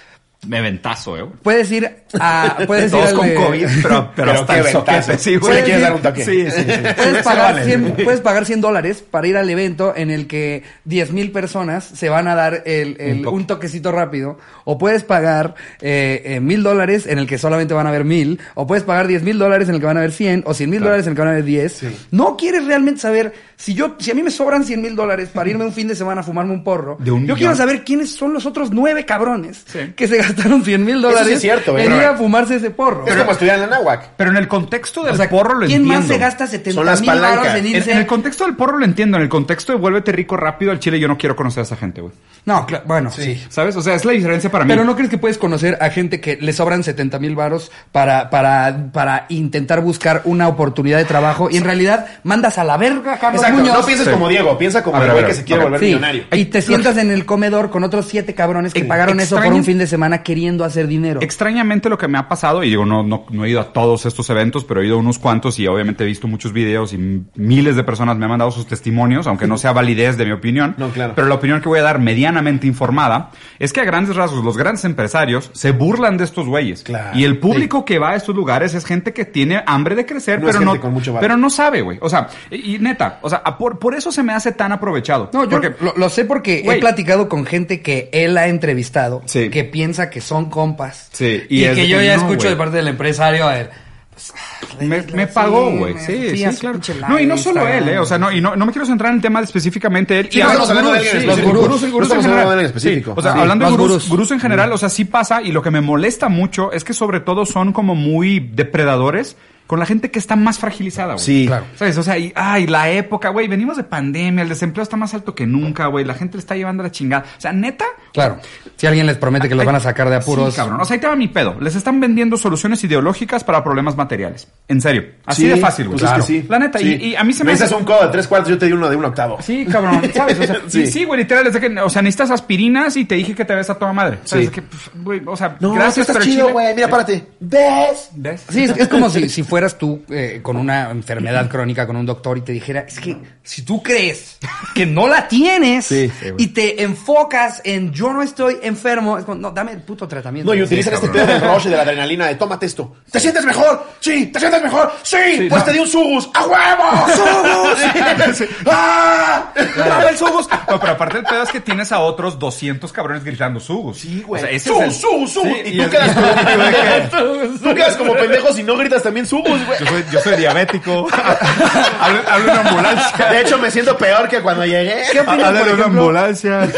Me ventazo, eh.
Puedes ir a. Puedes ir
Todos
al
con
de-
COVID, pero, pero,
Pero
hasta
qué
el
ventazo.
soquete.
Sí,
güey.
le quieres dar un toque.
Sí, sí, sí.
Puedes
Se
pagar,
vale.
100, puedes pagar 100 dólares para ir al evento en el que 10 mil personas se van a dar el, el-
Un
un,
toque.
toquecito rápido. O puedes pagar eh, eh, mil dólares en el que solamente van a haber mil. O puedes pagar 10 mil dólares en el que van a haber 100. O 100 mil dólares en el que van a haber 10. No quieres realmente saber si yo, si a mí me sobran 100 mil dólares para irme un fin de semana a fumarme un porro.
De un
yo
millón.
quiero saber quiénes son los otros nueve cabrones
Sí.
que se gastaron 100 mil dólares
sí es cierto, ¿eh?
en ir
Pero-
a fumarse ese porro.
Es como estudiar en la náhuac.
Pero en el contexto del
O sea,
porro lo
¿Quién
entiendo.
más se gasta 70
Son las
mil dólares
palancas.
en
En,
irse?
en el contexto del porro lo entiendo. En el contexto de vuélvete rico rápido al chile, yo no quiero conocer a esa gente, güey.
No, cla- bueno, sí.
¿Sabes? O sea, es la diferencia para mí.
Pero no crees que puedes conocer a gente que le sobran 70 mil varos para, para, para intentar buscar una oportunidad de trabajo y en realidad mandas a la verga a Carlos
Exacto,
Muñoz.
no pienses
Sí.
como Diego, piensa como
A ver,
el
a
güey
ver,
que se quiere
a ver.
volver
Sí,
millonario.
Y te sientas en el comedor con otros siete cabrones que
Ex-
pagaron eso por
extraño-
un fin de semana queriendo hacer dinero.
Extrañamente lo que me ha pasado, y digo, no, no, no he ido a todos estos eventos, pero he ido a unos cuantos y obviamente he visto muchos videos y m- miles de personas me han mandado sus testimonios, aunque no sea validez de mi opinión.
No, claro.
Pero la opinión que voy a dar medianamente informada es que a grandes rasgos los grandes empresarios se burlan de estos güeyes.
Claro.
Y el público que va a estos lugares es gente que tiene hambre de crecer,
No es
pero,
gente
no,
con mucho varo.
pero no sabe, güey. O sea, y, y neta, o sea, a por, por eso se me hace tan aprovechado.
No, yo
Porque-
lo, lo sé porque
Güey.
he platicado con gente que él ha entrevistado,
Sí.
que piensa que son compas.
Sí, y
y,
es de
que yo
que
ya
no,
escucho
güey.
de parte del empresario, a ver. pues, ah,
Me, me
Sí,
pagó, güey.
me
Sí,
fui
sí,
a su
claro.
pinche live
No, y no
de
solo él,
Instagram.
¿eh? O sea, no, y no, no me quiero centrar en el tema específicamente él. y
no
ahora
estamos hablando de alguien en
los
específico.
gurús, el
No
gurús
estamos hablando de
en general.
alguien en específico.
Sí, O sea,
Sí, Mm.
hablando de
los
gurús, gurús.
gurús.
en general, o sea, sí pasa. Y lo que me molesta mucho es que sobre todo son como muy depredadores con la gente que está más fragilizada, güey.
Sí.
Claro.
¿Sabes? O sea, y, ay, la época, güey, venimos de pandemia, el desempleo está más alto que nunca, güey, la gente le está llevando la chingada. O sea, neta,
Claro, si alguien les promete que los van a sacar de apuros.
Sí, cabrón. O sea, ahí te va mi pedo. Les están vendiendo soluciones ideológicas para problemas materiales. En serio. Así
Sí,
de fácil, güey.
pues es que
Claro.
sí.
La neta,
Sí.
y, y a mí se me.
dices
hace-
un codo de tres cuartos, yo te di uno de un octavo.
Sí, cabrón, ¿sabes? O sea, sí.
Sí.
sí, güey, literal, es de que, o sea, necesitas aspirinas y te dije que te ves a toda madre. ¿Sabes?
Sí.
Que, pf, güey, o sea,
No, gracias,
gracias,
estás
pero
chido,
Chile-
güey. Mira, párate. ¿Ves?
¿Ves?
Sí, es, es como si, si fueras tú eh, con una enfermedad crónica, con un doctor y te dijera, es que si tú crees que no la tienes
Sí,
sí, güey.
y te enfocas en yo no estoy enfermo, es como, no, dame el puto tratamiento.
No, y
Sí,
utilizan este
cabrón.
pedo del rush y de la adrenalina de tómate esto. ¿Te sientes mejor? Sí, ¿te sientes mejor? Sí, pues
no.
te di un sugus. ¡A huevo! ¡Sugus! ¡Ah!
Claro. el Sugus. No, pero aparte el pedo es que tienes a otros 200 cabrones gritando Sugus.
Sí, güey.
O sea, ese
Sugus,
es el-
sugus, sugus.
Sí,
y,
es-
tú quedas como, tú quedas como pendejo si no gritas también sugus, güey.
Yo soy, yo soy diabético. hablo, hablo en ambulancia.
De hecho, me siento peor que cuando llegué.
¿Qué opinas,
Hablo
por
en una
ejemplo?
ambulancia.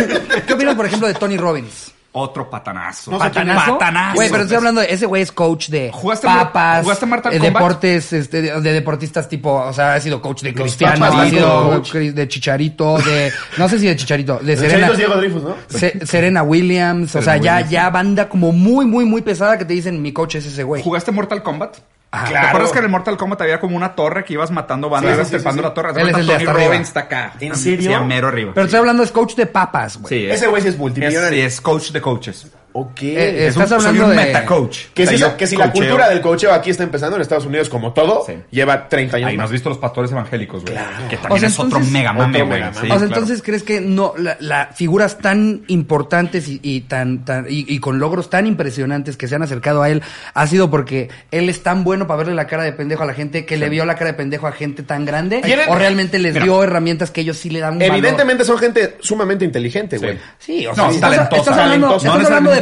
¿Qué opinas, por ejemplo, de Tony Robbins?
Otro patanazo.
No sé quién es.
Patanazo.
Güey, pero estoy hablando de ese güey es coach de
¿Jugaste Mar-
papas,
jugaste Mortal
de
Kombat?
deportes, este, de, de deportistas tipo, o sea, ha sido coach de
Los
Cristiano,
papas,
ha sido
coach.
de Chicharito, de, no sé si de Chicharito, de Serena.
Chelitos Diego Dreyfus, ¿no?
Se- Serena Williams, o sea,
Serena
ya,
Williams,
ya banda como muy, muy, muy pesada que te dicen mi coach es ese güey.
¿Jugaste Mortal Kombat?
Ah,
¿Te
claro.
acuerdas que en el Mortal Kombat había como una torre que ibas matando bandas,
Sí, sí,
ibas
sí,
trepando
sí, sí.
la torre? Haz
Él es
cuenta,
el de
Tony
hasta arriba.
Robbins está acá.
¿En serio?
Sí, a mero arriba.
Pero estoy hablando es coach de papas, güey.
Sí,
Ese güey sí es multimillonario.
Es, es coach de coaches.
Ok.
Eh, eh,
Es un-
Estás hablando
soy un
de-
meta coach.
que si,
O sea,
esa-
yo
que si la
coacheo.
cultura del cocheo aquí está empezando en Estados Unidos, como todo,
Sí.
lleva 30 años
Ahí no
más.
has visto los pastores evangélicos, güey. Que también
O sea,
es otro
entonces-
mega mame,
Otro
güey.
megamame.
Sí,
o sea,
claro.
entonces crees que no, la, la- figuras tan importantes y, y tan, tan- y, y con logros tan impresionantes que se han acercado a él ha sido porque él es tan bueno para verle la cara de pendejo a la gente que le vio la cara de pendejo a gente tan grande
Tienen-
o realmente les
Mira.
dio herramientas que ellos sí le dan un valor?
Evidentemente son gente sumamente inteligente, güey.
Sí, o
No,
sea, estás-
talentosa,
estás hablando,
talentosa.
estás hablando
No
de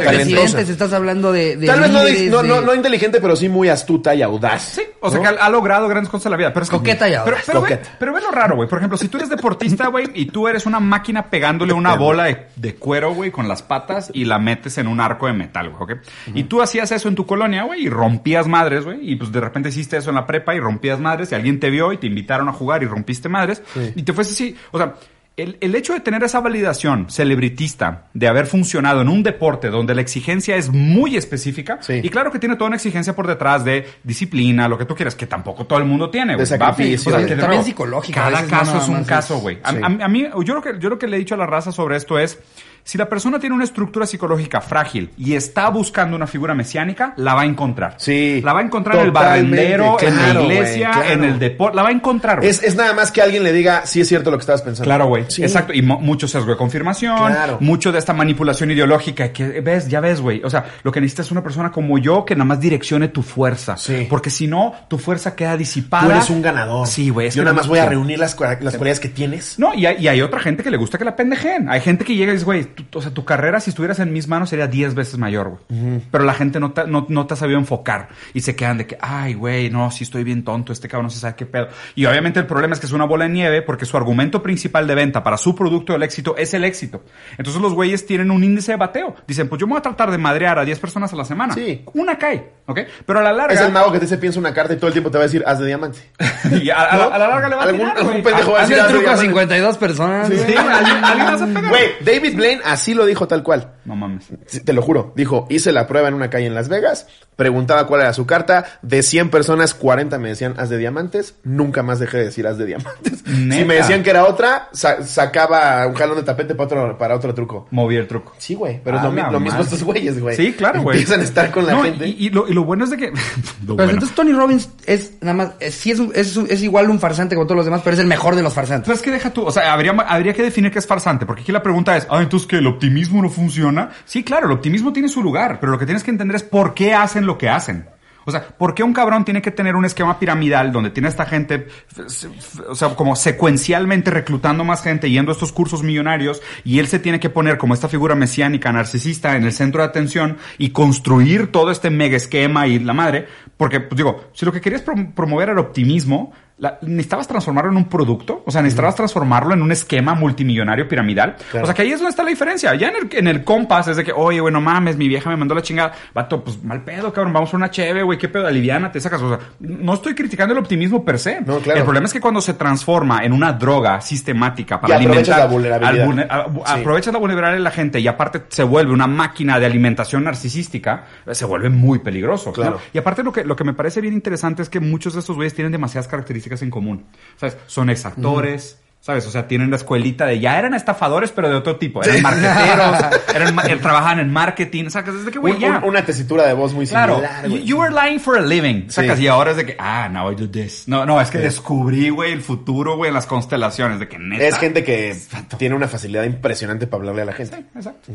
necesariamente
presidentes,
talentosa.
estás hablando de, de
Tal vez no,
líderes,
no, no,
de-
no inteligente, pero sí muy astuta y audaz.
Sí, o sea que ha, ha logrado grandes cosas en la vida. Pero es que-
Coqueta y
Pero,
audaz.
pero, ve,
Coqueta.
pero ve lo raro, güey. Por ejemplo, si tú eres deportista, güey, y tú eres una máquina pegándole una bola de, de cuero, güey, con las patas y la metes en un arco de metal, güey, ¿ok? Y tú hacías eso en tu colonia, güey, y rompías madres, güey. Y pues de repente hiciste eso en la prepa y rompías madres y alguien te vio y te invitaron a jugar y rompiste madres. Y te fuese así. O sea. El, el hecho de tener esa validación celebritista, de haber funcionado en un deporte donde la exigencia es muy específica,
Sí.
y claro que tiene toda una exigencia por detrás de disciplina, lo que tú quieras, que tampoco todo el mundo tiene, güey.
De sacrificio,
Va,
de-
que de
también
nuevo,
psicológica, a
Cada
veces no
caso
nada
es un
más
caso,
es-
güey. A,
sí.
a- a mí, yo lo, que, yo lo que le he dicho a la raza sobre esto es, si la persona tiene una estructura psicológica frágil y está buscando una figura mesiánica, la va a encontrar.
Sí.
La va a encontrar en el
Totalmente,
barrendero, en la
claro,
iglesia,
güey, claro.
en el deporte, la va a encontrar, güey.
Es, es nada más que alguien le diga, sí es cierto lo que estabas pensando.
Claro, güey.
Sí.
Exacto. Y mo- mucho sesgo de confirmación.
Claro.
Mucho de esta manipulación ideológica que ves, ya ves, güey. O sea, lo que necesitas es una persona como yo que nada más direccione tu fuerza.
Sí.
Porque si no, tu fuerza queda disipada.
Tú eres un ganador.
Sí, güey. es
Yo
que
nada
no-
más voy a
sí.
reunir las, cua- las cualidades que tienes.
No, y hay, y hay otra gente que le gusta que la pendejen. Hay gente que llega y dice, güey, tu, o sea, tu carrera, si estuvieras en mis manos, sería 10 veces mayor, güey. Pero la gente no te, no, no te ha sabido enfocar y se quedan de que, ay, güey, no, sí estoy bien tonto, este cabrón no se sabe qué pedo. Y obviamente el problema es que es una bola de nieve porque su argumento principal de venta para su producto del éxito es el éxito. Entonces los güeyes tienen un índice de bateo. Dicen, pues yo me voy a tratar de madrear a 10 personas a la semana.
Sí.
Una cae, ¿ok? Pero a la larga.
Es el mago que te dice piensa una carta y todo el tiempo te va a decir haz de diamante.
Y a, a la- a la larga le va a
Algún-
tirar,
algún
güey.
pendejo va a
Al-
decir,
Hace
ya,
el truco
ya,
a
ya.
52 personas.
Sí,
güey.
alguien, alguien vas a pegar.
Güey, David Blaine así lo dijo tal cual.
No mames.
Sí, Te lo juro, dijo, hice la prueba en una calle en Las Vegas, preguntaba cuál era su carta, de 100 personas, 40 me decían haz de diamantes, nunca más dejé de decir haz de diamantes.
Neta.
Si me decían que era otra, sa- sacaba un jalón de tapete para otro, para otro truco.
Moví el truco.
Sí, güey, pero
A
es lo, mi-
la
lo mismo
madre.
estos güeyes, güey.
Sí, claro, güey.
Empiezan a estar con la
No,
gente.
Y, y lo, y lo bueno es de que. Lo
Pero
bueno.
entonces Tony Robbins es nada más, es, sí es, un- es, un- es igual un farsante como todos los demás, pero es el mejor de los farsantes.
Pero es que deja tú, o sea, habría, habría que definir qué es farsante, porque aquí la pregunta es, ah, entonces que el optimismo no funciona. Sí, claro, el optimismo tiene su lugar, pero lo que tienes que entender es por qué hacen lo que hacen. O sea, ¿por qué un cabrón tiene que tener un esquema piramidal donde tiene a esta gente, f- f- o sea, como secuencialmente reclutando más gente, yendo a estos cursos millonarios, y él se tiene que poner como esta figura mesiánica, narcisista, en el centro de atención y construir todo este mega esquema y la madre? Porque, pues digo, si lo que querías prom- promover era optimismo, la- necesitabas transformarlo en un producto, o sea, necesitabas transformarlo en un esquema multimillonario piramidal. O sea, que ahí es donde está la diferencia. Ya en el, en el compás es de que, oye, bueno, mames, mi vieja me mandó la chingada. Vato, pues mal pedo, cabrón, vamos por una cheve, güey, qué pedo, aliviana, te sacas. O sea, no estoy criticando el optimismo per se.
No, claro.
El problema es que cuando se transforma en una droga sistemática para
Y aprovechas
alimentar.
la vulnerabilidad.
al vulne- a- bu-
Sí.
Aprovechas la vulnerabilidad de la gente y aparte se vuelve una máquina de alimentación narcisística, eh, se vuelve muy peligroso. ¿no?
Claro.
Y aparte lo que, lo que me parece bien interesante es que muchos de estos güeyes tienen demasiadas características en común. ¿Sabes? Son exactores. ¿Sabes? O sea, tienen la escuelita de ya eran estafadores, pero de otro tipo. Eran marqueteros, eran, ma- eh, trabajaban en marketing. ¿Sabes? Es de que, güey,
Un-
ya.
un- una tesitura de voz muy
Claro,
similar,
you,
güey.
you were lying for a living. Sacas,
Sí.
y ahora es de que, ah, now I do this. No, no, es que descubrí, güey, el futuro, güey, en las constelaciones. De que neta.
Es gente que tiene una facilidad impresionante para hablarle a la gente,
Exacto.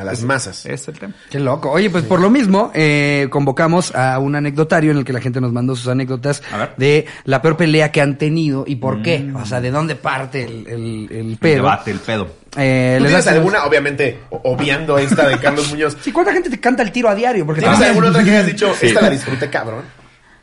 a las masas.
Es el tema.
Qué loco. Oye, pues por lo mismo, eh, convocamos a un anecdotario en el que la gente nos mandó sus anécdotas
A ver. Mm.
de la peor pelea que han tenido y por qué. O sea, de dónde parte el, el, el
El
pedo.
debate, el pedo.
Eh,
¿Tú
les
tienes
das-
alguna, obviamente, o- obviando esta de Carlos Muñoz?
Sí, ¿cuánta gente te canta el tiro a diario? Porque
¿Tienes
también-
alguna otra que hayas dicho,
Sí.
esta la disfruté, cabrón?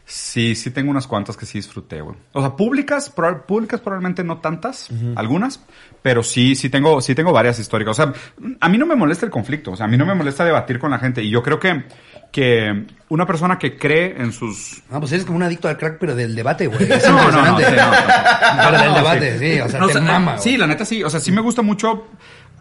Sí, sí tengo unas cuantas que sí disfruté, güey. O sea, públicas, proba- públicas probablemente no tantas, algunas, pero sí, sí tengo, sí tengo varias históricas. O sea, a mí no me molesta el conflicto, o sea, a mí no me molesta debatir con la gente. Y yo creo que, que una persona que cree en sus...
Ah, pues eres como un adicto al crack, pero del debate, güey. Es
No, no, no,
impresionante.
sí, no, no.
Pero del
No,
debate, sí. O sea,
No, eh,
te mama, güey.
Sí, la neta sí. O sea, sí me gusta mucho.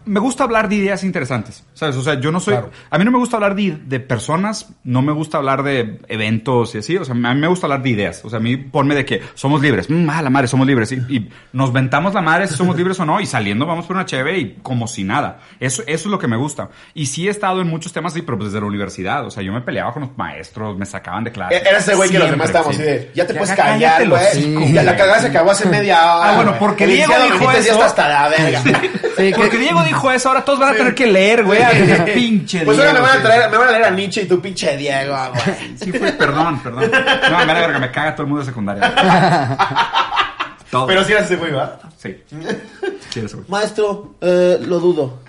Me gusta hablar de ideas interesantes, ¿sabes? O sea, yo no soy...
Claro.
A mí no me gusta hablar de, de personas, no me gusta hablar de eventos y así. O sea, a mí me gusta hablar de ideas. O sea, a mí ponme de que somos libres. Mm, ah, la madre, somos libres. Y, y nos ventamos la madre si somos libres o no. Y saliendo vamos por una cheve y como si nada. Eso, eso es lo que me gusta. Y sí he estado en muchos temas, sí, pero pues, desde la universidad. O sea, yo me peleaba con los maestros, me sacaban de clase.
E-, Era ese güey que los
Ah, Siempre,
demás estábamos
sí.
así de, ya te puedes
cállate
callar,
el
güey.
hocico,
Ya la
güey.
cagada se acabó hace media hora.
Ah, bueno,
güey.
porque
El
Diego
licenciado
dijo
Benítez ya está
eso.
hasta la verga.
Sí,
Porque
que-
Diego dijo eso, ahora todos van a tener que leer, güey. al pinche
Pues ahora
Diego,
me van a
sí.
traer, me van a leer a Nietzsche y tú pinche Diego, güey.
Sí, fue, perdón, perdón. No, me la verga, me caga todo el mundo de secundaria. Todo.
Pero sí era ese güey, ¿va?
sí. Sí, eso, güey.
Maestro, eh, lo dudo.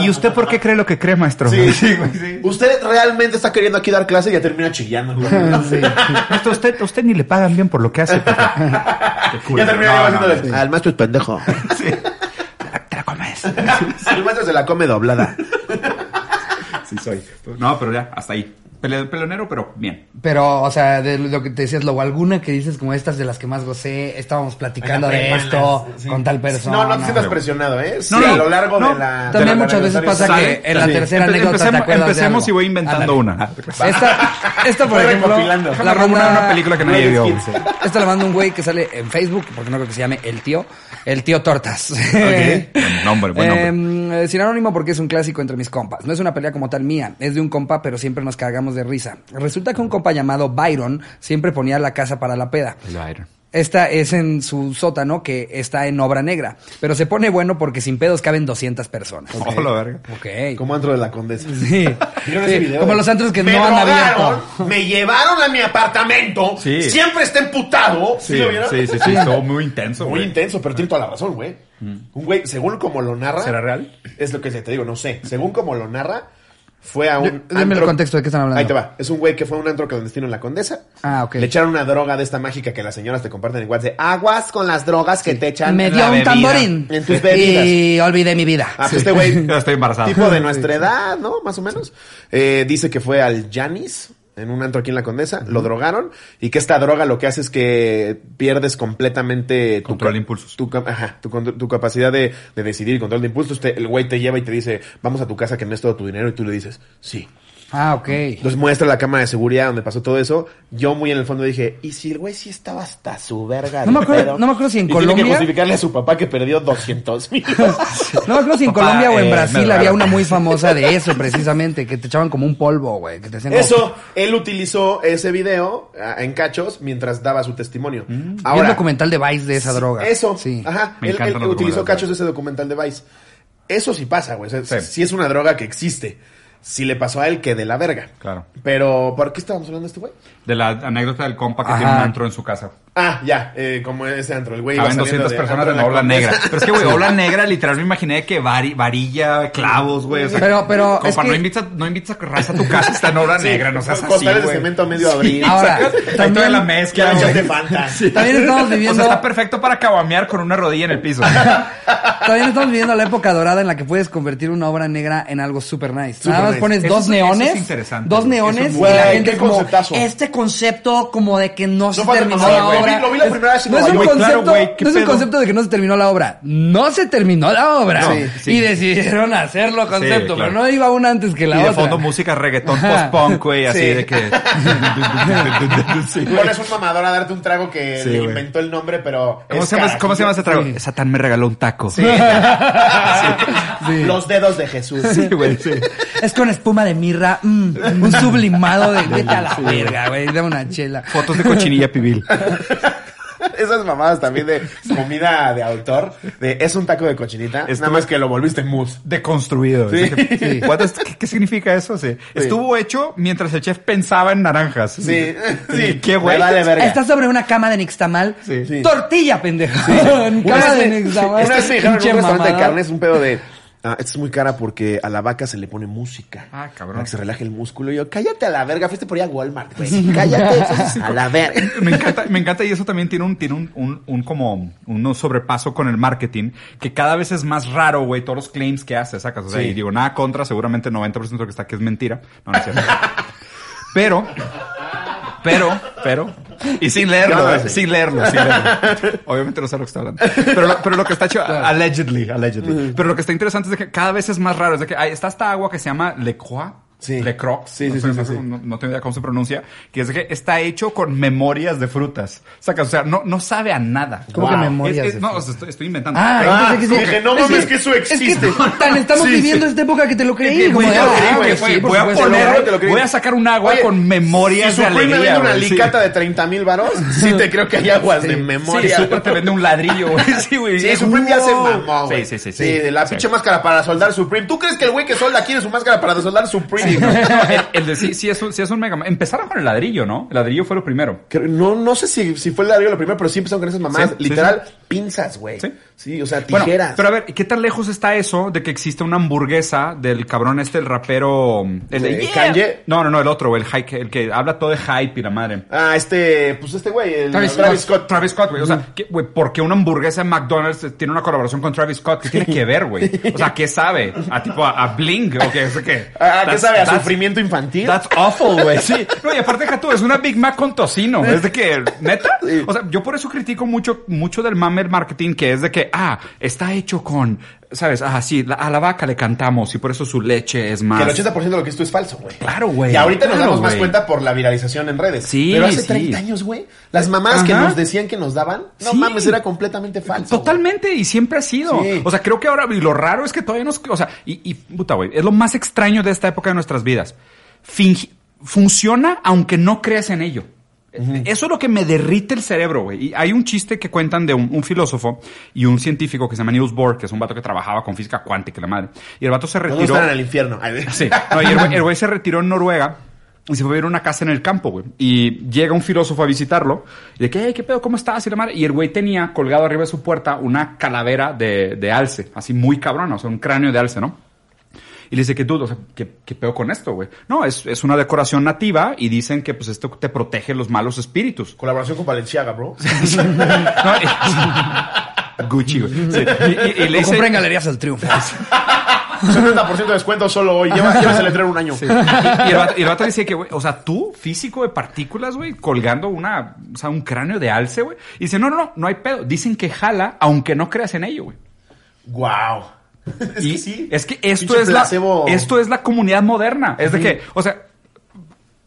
¿Y usted por qué cree lo que cree, maestro?
Sí,
sí, güey, sí.
Usted realmente está queriendo aquí dar clase y ya termina chillando. güey.
Esto, usted, usted ni le pagan bien por lo que hace. pero- Qué culo.
Ya termina Diego
No, no,
haciéndole, "Ah, el maestro es pendejo.
sí. Te la- Te la comes.
El maestro se la come doblada.
Sí, soy. No, pero ya, hasta ahí. Pele- Pelonero, pero bien.
Pero, o sea, de lo que te decías, lo alguna que dices, como estas de las que más gocé, estábamos platicando
Ay,
de
malas,
esto
sí.
con tal persona.
No, no te sientas
no.
presionado, ¿eh? Sí,
No, no,
a lo largo
no.
de la...
También
de la-
muchas veces pasa
Sale-
que en la
sí.
tercera
Empe-
anécdota te
empecemos-
acuerdas de
Empecemos
algo.
y voy inventando
Ándale.
una.
Esta, esta por
Voy
ejemplo,
recopilando.
la
Déjame
manda
una, una película que nadie vio.
Skins.
Esta la manda un güey que sale en Facebook, porque no creo que se llame El Tío. El Tío Tortas.
Buen nombre, buen
nombre. sin anónimo porque es un clásico entre mis compas. No es una pelea como tal mía, es de un compa, pero siempre nos cagamos de risa. Resulta que un compa llamado Byron siempre ponía la casa para la peda. Esta es en su sótano que está en obra negra, pero se pone bueno porque sin pedos caben 200 personas. Ok.
Hola, Oh, verga.
Como antro de la condesa.
Sí.
¿Vieron
Sí,
ese video?
Como los antros que
Me
no han
drogaron,
abierto.
Me llevaron a mi apartamento.
Sí.
Siempre está emputado. ¿Sí,
Sí,
lo vieron?
sí, sí, sí, estuvo muy intenso.
Muy
güey.
intenso, pero tiene toda la razón, güey.
Mm.
Un güey, según como lo narra.
¿Será real?
Es lo que te digo, no sé. Según como lo narra, fue a un.
Dame el contexto de qué están hablando.
Ahí te va. Es un güey que fue a un antro clandestino en la condesa.
Ah, ok.
Le echaron una droga de esta mágica que las señoras te comparten en WhatsApp. Aguas con las drogas que te echan.
Me
en
dio
la
un
bebida".
tamborín.
En tus bebidas.
Y olvidé mi vida.
Ah, pues este güey.
Yo estoy embarazado.
Tipo de nuestra edad, ¿no? Más o menos. Eh, dice que fue al Janis, en un antro aquí en la Condesa. Lo drogaron. Y que esta droga lo que hace es que pierdes completamente.
Control
ca-
de impulsos.
Tu, ca- ajá, tu, contro- tu capacidad de, de decidir y control de impulsos. Te- el güey te lleva y te dice, vamos a tu casa que no es todo tu dinero. Y tú le dices, sí.
Ah, ok.
Entonces muestra la cámara de seguridad donde pasó todo eso. Yo muy en el fondo dije, ¿y si el güey sí estaba hasta su verga?
No me
de
acuerdo-
pedo?"
no me acuerdo si en
Y tiene que
Colombia-
justificarle a su papá que perdió 200 mil.
No me acuerdo si en
Papá,
Colombia o en
eh, me
Brasil
drogaron.
había una muy famosa de eso, precisamente, que te echaban como un polvo, güey. que te hacían como-
Eso, él utilizó ese video ah, en cachos mientras daba su testimonio.
Mm.
Vi un documental de Vice de esa droga.
Eso,
Sí.
ajá,
Me
él,
encantan
él
los
utilizó
documentales.
cachos de ese documental de Vice. Eso sí pasa, güey. O sea,
Sí.
sí. es una droga que existe. Si le pasó a él, que de la verga.
Claro.
Pero, ¿por qué estábamos hablando de este güey?
De la anécdota del compa que
Ajá.
tiene un antro en su casa.
Ah, ya, eh, como ese antro, el güey. iba
Caben
saliendo
200
de-
personas en la
antro
ola
de
negra.
Condesa.
Pero es que, güey, ola negra, literal, me imaginé que vari- varilla, clavos, güey. o sea,
Pero- pero
Compa,
es que-
no, invitas, no invitas a raza a tu casa, está en ola
Sí,
negra, no seas
con
así,
costales de
güey.
cemento a medio abrir.
Ahora,
Ahí
también-
toda la
Que
mezcla,
eran shots
güey.
de Fanta.
También estamos
O
viviendo,
sea, está perfecto para cabamear con una rodilla en el piso.
también estamos viviendo la época dorada en la que puedes convertir una obra negra en algo super nice.
Super
Nada más
nice.
pones
Eso
dos
es-
neones,
eso es interesante,
dos
güey. Eso
neones
es
y
muy-
la
Güey,
gente
qué
como
conceptazo.
este concepto como de que no, se
fue
terminó
tan
la
mamada, güey.
obra.
Vi- lo vi la
Es-
primera vez en
no es
Nueva
un
York.
Güey,
concepto,
claro, güey, qué
no es un
pedo.
concepto de que no se terminó la obra. No se terminó la obra
No, sí.
y decidieron hacerlo concepto,
claro.
pero no iba una antes que la
y de
otra.
fondo música reggaetón
Ajá.
post-punk, güey, así
Sí.
de que... Sí, güey.
Pones un mamador a darte un trago que
Sí,
le
güey.
inventó el nombre, pero.
¿Cómo
es
se, llama, ¿Cómo se llama ese trago?
Sí.
Satán me regaló un taco. Sí,
carajillo. Los dedos de Jesús.
güey, sí.
Es con espuma de mirra, mm, un sublimado de vete a la verga, güey, dame una chela.
Fotos de cochinilla pibil.
Esas mamadas también de comida de autor. De, es un taco de cochinita.
Estuvo-
Nada más que lo volviste mousse.
Deconstruido.
Sí.
Es que-
Sí.
What is- ¿Qué, qué significa eso? Sí. Estuvo hecho mientras el chef pensaba en naranjas.
Sí, sí.
¿Qué güey?
Me vale verga.
Está sobre una cama de nixtamal.
Sí. Sí.
Tortilla, pendejo. En
Una
cama
vez
de
me-
nixtamal.
Una vez me dijeron en
Pinche
un restaurante de
mamada.
carnes un pedo de. "Ah, esta es muy cara porque a la vaca se le pone música.
Ah, cabrón.
Para que se relaje el músculo. Y yo, cállate a la verga. Fuiste por allá a Walmart, güey. Cállate a la verga.
Me encanta, me encanta y eso también tiene un, tiene un, un, un como un sobrepaso con el marketing que cada vez es más raro, güey, todos los claims que hace, sacas. O sea,
Sí.
y digo, nada contra, seguramente 90% de lo que está aquí es mentira. No, no es cierto. Pero, pero, pero, y sin leerlo,
No,
eh,
sí.
sin leerlo, sin leerlo. Obviamente no sé lo que está hablando. Pero lo, pero lo que está hecho, allegedly,
Mm.
allegedly. Pero lo que está interesante es de que cada vez es más raro. Es de que ay, está esta agua que se llama Le Croix.
Sí.
Le Croix.
Sí,
no
sí, sí,
sé, no
sí,
sé
sí.
no, no tengo idea cómo se pronuncia, que es que está hecho con memorias de frutas. Sacas, o sea, no, no sabe a nada.
¿Cómo
Wow.
que memorias?
Es- es-
de
no,
eso?
o sea, estoy, estoy inventando.
Ah,
Pero-
ah,
yo pensé que sí.
dije, no mames, que eso existe.
Es que tan estamos
Sí,
viviendo
sí.
esta época que te lo creí.
que,
como
güey,
de,
te lo
ah,
creí, güey,
sí,
güey,
por
voy a
supuesto.
Te lo creo, te
poner,
lo creo.
voy a sacar un agua
Oye,
con memorias
Si
de
Supreme
alegría.
me vende una
güey, sí.
alicata de 30 mil varos, sí te creo que hay aguas de
Sí,
memoria.
Super te vende un ladrillo, güey. Sí, güey.
Sí, Supreme ya se
Wow.
mamó, güey.
Sí, sí, sí.
Sí, de la
Sí.
pinche máscara para soldar Supreme. ¿Tú crees que el güey que solda quiere su máscara para soldar Supreme?
No, el, el de sí, sí es un, sí es un Mega Man. Empezaron con el ladrillo, ¿no? El ladrillo fue lo primero.
Creo- No, no sé si, si fue el ladrillo lo primero, pero sí empezaron con esas mamadas.
Sí, sí,
Literal, pinzas, güey.
Sí.
Sí. o sea,
Bueno,
tijeras.
pero a ver, ¿qué tan lejos está eso de que existe una hamburguesa del cabrón este, el rapero... El de,
Eh,
"Yeah"?
Kanye.
No, no, no, el otro, el, hype, el que habla todo de hype y la madre.
Ah, este, pues este güey, el
Travis
Travis,
Scott,
Scott.
Travis Scott, güey. O sea, ¿qué- güey, ¿por qué una hamburguesa en McDonald's tiene una colaboración con Travis Scott? ¿Qué tiene que ver, güey? O sea, ¿qué sabe? ¿A tipo a, a Bling o qué? O sea, ¿qué?
Ah, ¿Qué
That's-
sabe? ¿A
that's-
sufrimiento infantil?
That's awful, güey. Sí. No, y aparte deja tú, es una Big Mac con tocino. Es de que, neta. O sea, yo por eso critico mucho, mucho del mame del marketing, que es de que, ah, está hecho con, ¿sabes? Ah, sí, la- a la vaca le cantamos y por eso su leche es
Que
más.
el 80% de lo que esto es falso, güey.
Claro, güey.
Y ahorita nos
Claro,
damos más
güey.
cuenta por la viralización en redes.
Sí,
Pero hace
sí.
30 años, güey, las mamás que
Ajá.
nos decían que nos daban, no
Sí.
mames, era completamente falso. güey.
Totalmente, y siempre ha sido.
Sí.
O sea, creo que ahora, y lo raro es que todavía nos, o sea, y, y, puta, güey, es lo más extraño de esta época de nuestras vidas. Fingi- funciona aunque no creas en ello. Eso es lo que me derrite el cerebro, güey. Y hay un chiste que cuentan de un, un filósofo y un científico que se llama Niels Bohr, que es un vato que trabajaba con física cuántica, y la madre. Y el vato se
Todos
retiró.
están en el infierno. Ay,
Sí. No, y el güey- el güey se retiró en Noruega Y se fue a ver una casa en el campo, güey. Y llega un filósofo a visitarlo. Y de que, "Hey, ¿qué pedo? ¿Cómo estás? Y la madre. Y el güey tenía colgado arriba de su puerta una calavera de, de alce. Así muy cabrona, o sea, un cráneo de alce, ¿no? Y le dice que dudo, o sea, ¿qué, qué pedo con esto, güey? No, es, es una decoración nativa y dicen que pues esto te protege los malos espíritus.
Colaboración con Valenciaga, bro.
No, y- Gucci, güey. Sí. Y, y- y le
Lo
dice,
compré en Galerías del Triunfo.
70% de descuento solo hoy. Lleva, llevas el letrero un año.
y, y el vato, y el vato dice que, güey, o sea, tú, físico de partículas, güey, colgando una, o sea, un cráneo de alce, güey. Y dice, no, no, no, no hay pedo. Dicen que jala, aunque no creas en ello, güey.
Wow. Es
Y
que sí.
Es que esto
Pinche
es, la,
placebo.
esto es la comunidad moderna. Es de que, o sea,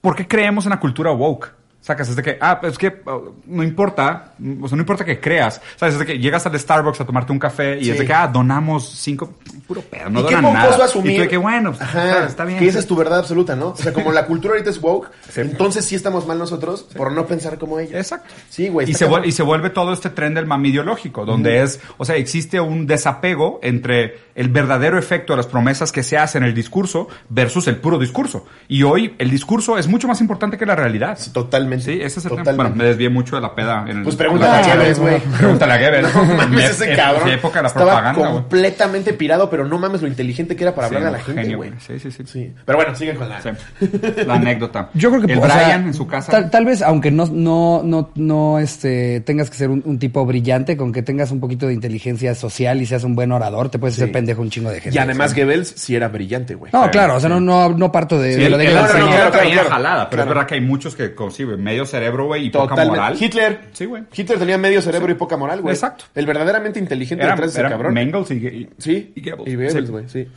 ¿por qué creemos en la cultura woke? Sacas, es de que, ah, pues es que oh, no importa, o sea, no importa que creas. Sabes, es de que llegas al Starbucks a tomarte un café y es
Sí.
de que, ah, donamos cinco, puro pedo, no
¿Y qué
donan nada.
pomposo
Y
asumir?
tú de que, bueno, pues,
Ajá,
está, está bien.
Que esa es tu verdad absoluta, ¿no? O sea, como la cultura ahorita es woke, entonces sí estamos mal nosotros por no pensar como ellos.
Exacto.
Sí, güey.
Y
está
se,
cabrón.
vuelve, y se vuelve todo este tren del mami ideológico, donde es, o sea, existe un desapego entre el verdadero efecto de las promesas que se hacen en el discurso versus el puro discurso. Y hoy el discurso es mucho más importante que la realidad. Sí,
Totalmente.
ese es el tema.
Totalmente.
Bueno, me desvié mucho de la peda. En el-
Pues pregúntale
la-
a Chávez, güey.
Pregúntale a Goebbels.
No mames,
En-
ese
en-
cabrón.
en época de la
estaba
propaganda, güey.
completamente pirado, pero no mames lo inteligente que era para
Sí,
hablar a la
no,
gente,
genio,
güey.
Sí, sí, sí.
Sí. Pero bueno, siguen con la.
Sí. La anécdota.
Yo creo que
el
o sea,
Brian en su casa.
Tal, tal vez, aunque no, no, no, no este, tengas que ser un, un tipo brillante, con que tengas un poquito de inteligencia social y seas un buen orador, te puedes hacer pendejo un chingo de gente.
Y además Goebbels sí era brillante, güey.
No, claro, o sea, no, no, no parto de,
Sí,
de
él-
lo de
él
que
la
no, no,
traía-
no, claro,
traía
claro,
jalada, pero
claro.
es verdad que hay muchos que conciben medio cerebro, güey, y poca
pues. Totalmente.
moral.
Hitler.
Sí, güey.
Hitler tenía medio cerebro y poca moral, güey.
Exacto.
El verdaderamente inteligente
Era,
detrás de ese
era
cabrón.
Mengels y, y-
Sí.
y Goebbels.
Y
Sí.
Goebbels, güey, sí.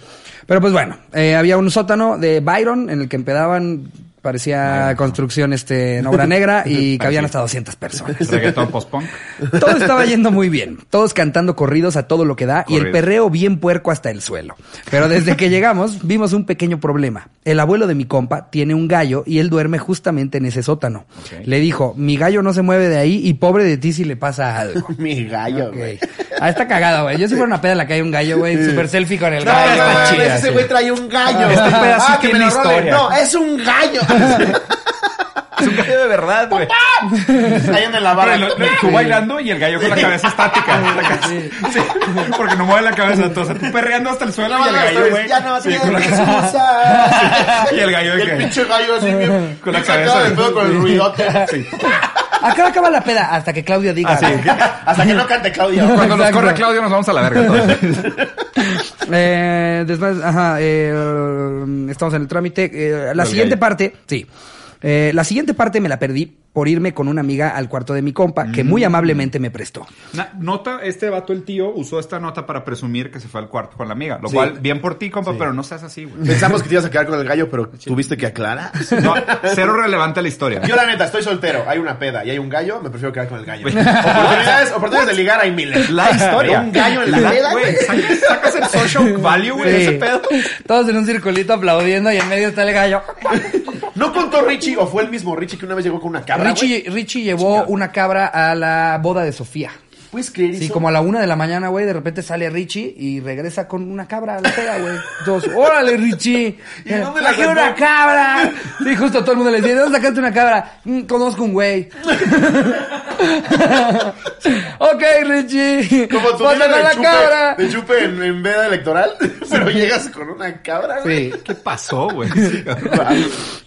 Pero pues bueno, eh, había un sótano de Byron en el que empedaban,
Ah,
parecía construcción este, en obra negra y cabían hasta 200 personas.
Reggaetón post-punk.
Todo estaba yendo muy bien, todos cantando corridos a todo lo que da y el
Corridos.
perreo bien puerco hasta el suelo. Pero desde que llegamos vimos un pequeño problema. El abuelo de mi compa tiene un gallo y él duerme justamente en ese sótano.
Ok.
Le dijo, mi gallo no se mueve de ahí y pobre de ti si le pasa algo.
Mi gallo,
Ok.
güey.
Ah, está cagada, güey. Yo si fuera una peda en la que hay un gallo, güey. Super selfie con el
No,
gallo.
no,
está
mames,
chida,
ese
sí.
güey trae un gallo.
Este pedazo
ah, que me
tiene
lo roben.
historia.
No, es un gallo.
Es un gallo de verdad, güey.
Ahí en la
Pero
barra.
lo- lo- Tú bailando y el gallo con la cabeza estática. Sí. Porque no mueve la cabeza. Entonces, tú perreando hasta el suelo y el gallo, güey.
Ya no
sí,
tiene
con la cabeza.
excusa.
Y el gallo de
Y el
que-
pinche gallo así bien.
Con la
bien
cabeza
sacado de
de-
pedo con el ruidote.
Sí.
Acá acaba la peda hasta que Claudia diga.
Así.
Hasta que no cante Claudia.
Cuando nos
Exacto.
corre Claudio, nos vamos a la verga. todos.
Eh, después, ajá, eh, estamos en el trámite. Eh, la
Los
siguiente
gallos.
parte, sí. Eh, la siguiente parte me la perdí por irme con una amiga al cuarto de mi compa, que
Mm.
muy amablemente me prestó.
Na- Nota, este vato, el tío, usó esta nota para presumir que se fue al cuarto con la amiga. Lo
Sí.
cual, bien por ti, compa, pero no seas así, güey.
Pensamos que te ibas a quedar con el gallo, pero tuviste que aclarar.
No, cero relevante a la historia.
Yo la neta, estoy soltero, hay una peda y hay un gallo, me prefiero quedar con el gallo. oportunidades, oportunidades de ligar hay miles.
La historia.
Un gallo en la peda,
güey.
güey.
sac- Sacas el social value, güey, de
Sí.
ese pedo.
Todos en un circulito aplaudiendo y en medio está el gallo.
¿No contó Richie o fue el mismo Richie que una vez llegó con una cabra, güey?
Richie, Richie llevó una cabra a la boda de Sofía.
¿Puedes creer
Sí,
eso?
como a la una de la mañana, güey, de repente sale Richie y regresa con una cabra a la peda, güey. Dos, órale, Richie.
¿Y dónde la
Traje
sacó?
una cabra. Sí, justo todo el mundo le dice, ¿de dónde sacaste una cabra? "Mm, conozco un güey. ok, Richie.
Como tú
Pásale
tienes
la
de chupe,
cabra.
de chupe en, en veda electoral, pero llegas con una cabra, güey.
Sí.
¿Qué pasó, güey?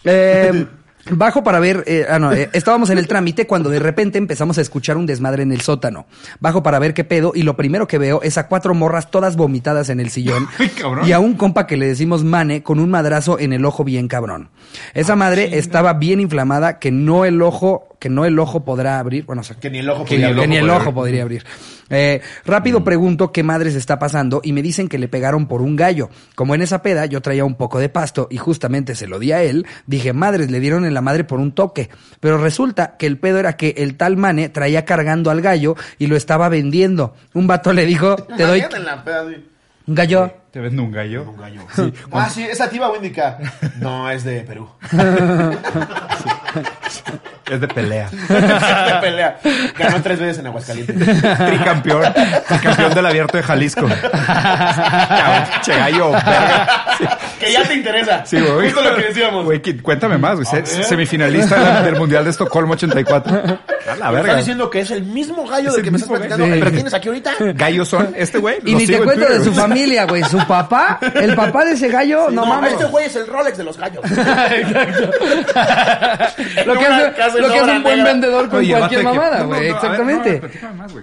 Eh, bajo para ver, eh, ah, no, eh, estábamos en el trámite cuando de repente empezamos a escuchar un desmadre en el sótano. Bajo para ver qué pedo y lo primero que veo es a cuatro morras todas vomitadas en el sillón
Ay, cabrón.
y a un compa que le decimos Mane con un madrazo en el ojo bien cabrón.
Ah,
Esa madre estaba bien inflamada que no el ojo, que no el ojo podrá abrir, bueno, o sea,
Que ni el ojo
Que
que
podía
ni el
ver.
ni el
podría
ojo
abrir. Mm.
podría abrir. Eh, rápido pregunto qué madres está pasando y me dicen que le pegaron por un gallo. Como en esa peda yo traía un poco de pasto y justamente se lo di a él, dije, madres, le dieron en la madre por un toque. Pero resulta que el pedo era que el tal mane traía cargando al gallo y lo estaba vendiendo. Un vato le dijo, te doy
Imagínate en la peda, güey.
un gallo.
¿Te vendo un gallo?
Sí. Ah, sí, esa tiba Wendica. No, es de Perú.
Es de pelea.
de pelea. Ganó tres veces en Aguascalientes.
Tricampeón. Tricampeón del abierto de Jalisco. Cabrón, che gallo, verga. Sí.
que ya te interesa.
Sí, güey.
Justo lo que decíamos.
Güey, qui- cuéntame más, güey.
Ah,
Se-
¿eh?
ver.
Semifinalista de la- del Mundial de Estocolmo 84. A la
Estás
verga.
diciendo que es el mismo gallo
Es
del
el
que me estás
mismo
platicando,
gallo.
pero tienes aquí ahorita.
Gallos son este güey.
Y
lo
ni te
sigo en
cuento de
Twitter,
su
güey.
familia, güey. Su papá, el papá de ese gallo, no,
No,
mames.
este güey es el Rolex de los gallos.
Lo que,
En una
hace,
casa
lo
en
que hace
obra
un buen
negra.
vendedor con
Oye, el vato
cualquier
de que-
mamada,
no, no,
güey.
no, a ver,
Exactamente.
no, a ver, platícame más,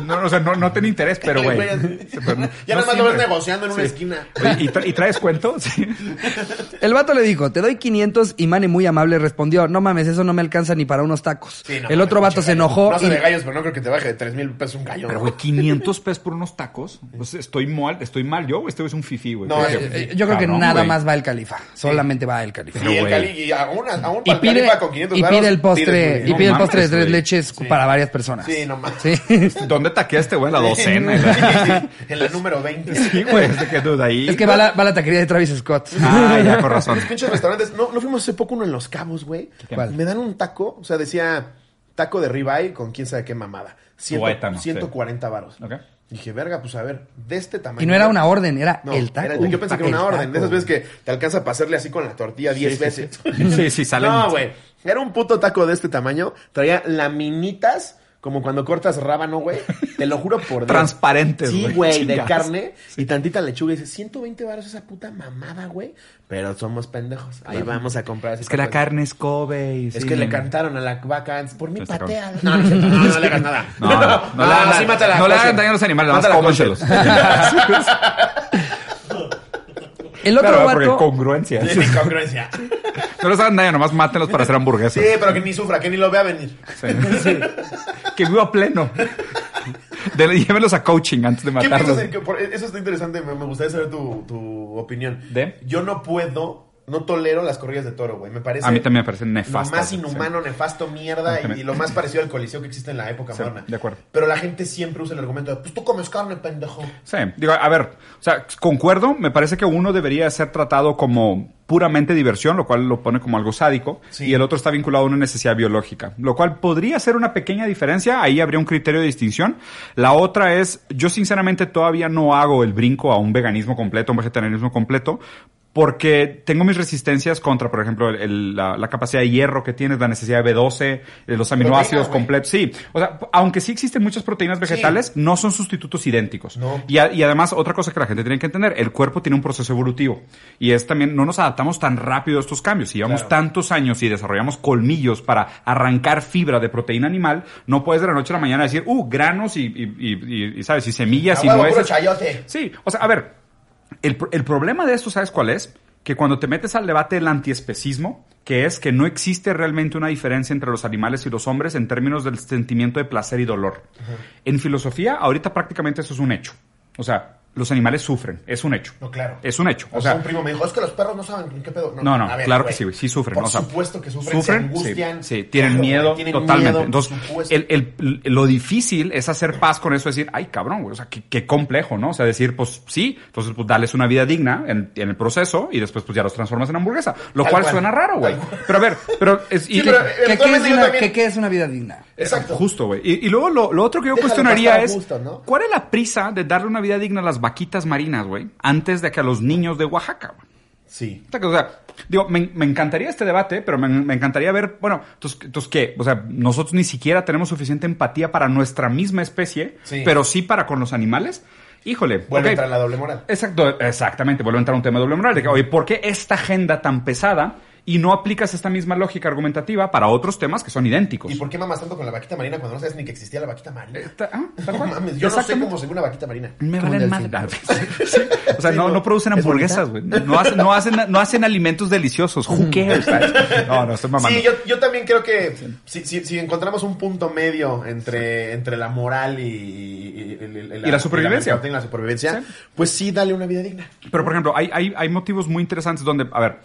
güey. No, o sea, no, no tenía interés, pero güey.
Ya
Pero no-
Ya
no
nada más lo ves
siempre.
negociando en una esquina.
Oye, ¿y, tra- y traes cuento? Sí.
El vato le dijo, te doy 500 y Mane muy amable respondió, no mames, eso no me alcanza ni para unos tacos.
Sí, no,
el otro vato se enojó
No sé
y...
de gallos, pero no creo que te baje de 3 mil pesos un gallo.
Pero,
¿no?
güey, 500 pesos por unos tacos. Pues estoy mal, estoy mal yo, güey. Este güey es un fifí, güey.
No,
Creo
eh,
que-
Eh, Yo creo que
Cabrón,
nada
güey.
más va el califa, solamente va el califa.
Y el
güey.
Cali, y aún, aún
Y
para el
pide,
Califa con 500
y pide
varos,
el
pides,
postre,
güey.
y
No
pide el
mames,
postre de tres
güey.
leches para varias personas.
Sí, no mames.
Sí.
¿Dónde taquea este güey? En la docena. en la-
en la número 20.
Sí, güey. Es de que duda ahí.
Es que va a la, va a la taquería de Travis Scott.
Ah, ya, con razón.
Los pinches restaurantes. No, no fuimos hace poco uno en Los Cabos, güey.
¿Cuál?
Me dan un taco, o sea, decía taco de ribeye con quién sabe qué mamada. Ciento-
Tuétano,
140 varos.
Ok.
Dije, verga, pues a ver, de este tamaño.
Y no era una orden, era
No,
el taco.
era- yo pensé que era una
El
orden. De esas
taco.
veces que te alcanza a pasarle así con la tortilla 10 veces.
Sí, sí, salen.
No, güey. Era un puto taco de este tamaño. Traía laminitas, como cuando cortas rábano, güey. Te lo juro por Dios.
Transparentes,
Sí,
güey.
güey, de
Chingas.
carne y tantita lechuga. Y dice, 120 baros esa puta mamada, güey. Pero somos pendejos. Ahí vamos a comprar ese
Es que la
taco.
carne es Kobe. y
Es
sí. Este
que le cantaron a la vaca antes. Por mi
Está
patea. No, no, es cierto. no, no le hagas nada.
No, no, no, no le hagan-
sí, mátala,
no le hagan
coche.
daño a los animales, nada más
Mátala, coche.
cómanselos.
El otro
Claro, porque
vato...
congruencia.
Sí, incongruencia.
No les hagan daño, nomás mátenlos para hacer hamburguesas.
Sí, pero que ni sufra, que ni lo vea venir.
Sí. Que viva pleno. De- llévenlos a coaching antes de
¿Qué
matarlos.
piensas? en que por- e-, eso está interesante, me, me gustaría saber tu, tu opinión.
¿De?
Yo no puedo, no tolero las corridas de toro, güey. Me parece.
A mí también me parecen
Lo
nefastas.
más
sí.
inhumano, nefasto, mierda y,
También.
y lo más parecido al coliseo que existe en la época
Sí,
moderna.
de acuerdo.
Pero la gente siempre usa el argumento de, pues tú comes carne, pendejo.
Sí, digo, a ver, o sea, concuerdo, me parece que uno debería ser tratado como puramente diversión, lo cual lo pone como algo sádico,
Sí.
y el otro está vinculado a una necesidad biológica, lo cual podría ser una pequeña diferencia, ahí habría un criterio de distinción. La otra es, yo sinceramente todavía no hago el brinco a un veganismo completo, un vegetarianismo completo, porque tengo mis resistencias contra, por ejemplo, el- el- la, la capacidad de hierro que tienes, la necesidad de B12, eh, los aminoácidos
güey.
completos. Sí, o sea, aunque sí existen muchas proteínas vegetales, no son sustitutos idénticos.
No.
Y, a- y además, otra cosa que la gente tiene que entender, el cuerpo tiene un proceso evolutivo. Y es también, no nos adaptamos tan rápido a estos cambios. Si llevamos tantos años y desarrollamos colmillos para arrancar fibra de proteína animal, no puedes de la noche a la mañana decir, uh, granos y, y- y- y- y, ¿sabes? Y semillas
A
y
huevo, Ah, puro
nueces.
chayote.
Sí, o sea, a ver, el, pro- el problema de esto, ¿sabes cuál es? Que cuando te metes al debate del antiespecismo, que es que no existe realmente una diferencia entre los animales y los hombres en términos del sentimiento de placer y dolor. En filosofía, ahorita prácticamente eso es un hecho. O sea, los animales sufren, es un hecho.
No, claro.
Es un hecho.
O, sea, un primo me dijo, es que los perros no saben qué pedo.
No, no,
a ver,
claro
güey.
que sí, güey, sí sufren.
Por
o sea,
supuesto que sufren, se angustian.
Sí, sí, tienen
Claro,
miedo
güey, tienen
totalmente.
miedo,
Entonces,
por supuesto.
el, el- lo difícil es hacer paz con eso, decir, ay, cabrón, güey, o sea, qué, qué complejo, ¿no? O sea, decir, pues sí, entonces, pues darles una vida digna en, en el proceso y después, pues ya los transformas en hamburguesa. Lo
Tal
cual
cual.
suena raro, güey.
Tal cual.
Pero a ver, pero. eh, Es, y-
Sí, pero
Que- que
eventualmente
es
yo
una-
también-
que- que es una vida digna.
Exacto.
Justo, güey. Y, y luego lo, lo otro que yo
Déjalo
cuestionaría
pasar a
es,
gusto, ¿no?
¿cuál es la prisa de darle una vida digna a las vaquitas marinas, güey? Antes de que a los niños de Oaxaca, güey.
Sí.
Exacto, O sea, digo, me, me encantaría este debate, pero me, me encantaría ver, bueno, entonces, entonces, ¿qué? O sea, nosotros ni siquiera tenemos suficiente empatía para nuestra misma especie,
Sí.
pero sí para con los animales. Híjole.
Vuelve a
ok.
entrar la doble moral.
Exacto, exactamente. Vuelve a entrar un tema de doble moral. De que, oye, ¿por qué esta agenda tan pesada y no aplicas esta misma lógica argumentativa para otros temas que son idénticos?
¿Y por qué mamas tanto con la vaquita marina cuando no sabes ni que existía la vaquita marina?
Ta- ah, tal
No
cual.
mames, yo no sé
Exactamente. Mm,
cómo se ve una vaquita marina.
Me
Como
valen
un
madre.
delfín.
Sí. O sea, no, no producen hamburguesas, güey. No hacen, no, hacen, no hacen alimentos deliciosos. Who cares? ¿sabes? No, no, estoy mamando.
Sí, yo, yo también creo que si, si, si encontramos un punto medio entre, entre la moral y, y- y-
la supervivencia.
mercadotecnia y la supervivencia,
Sí.
pues sí, dale una vida digna.
Pero, por ejemplo, hay, hay, hay motivos muy interesantes donde, a ver,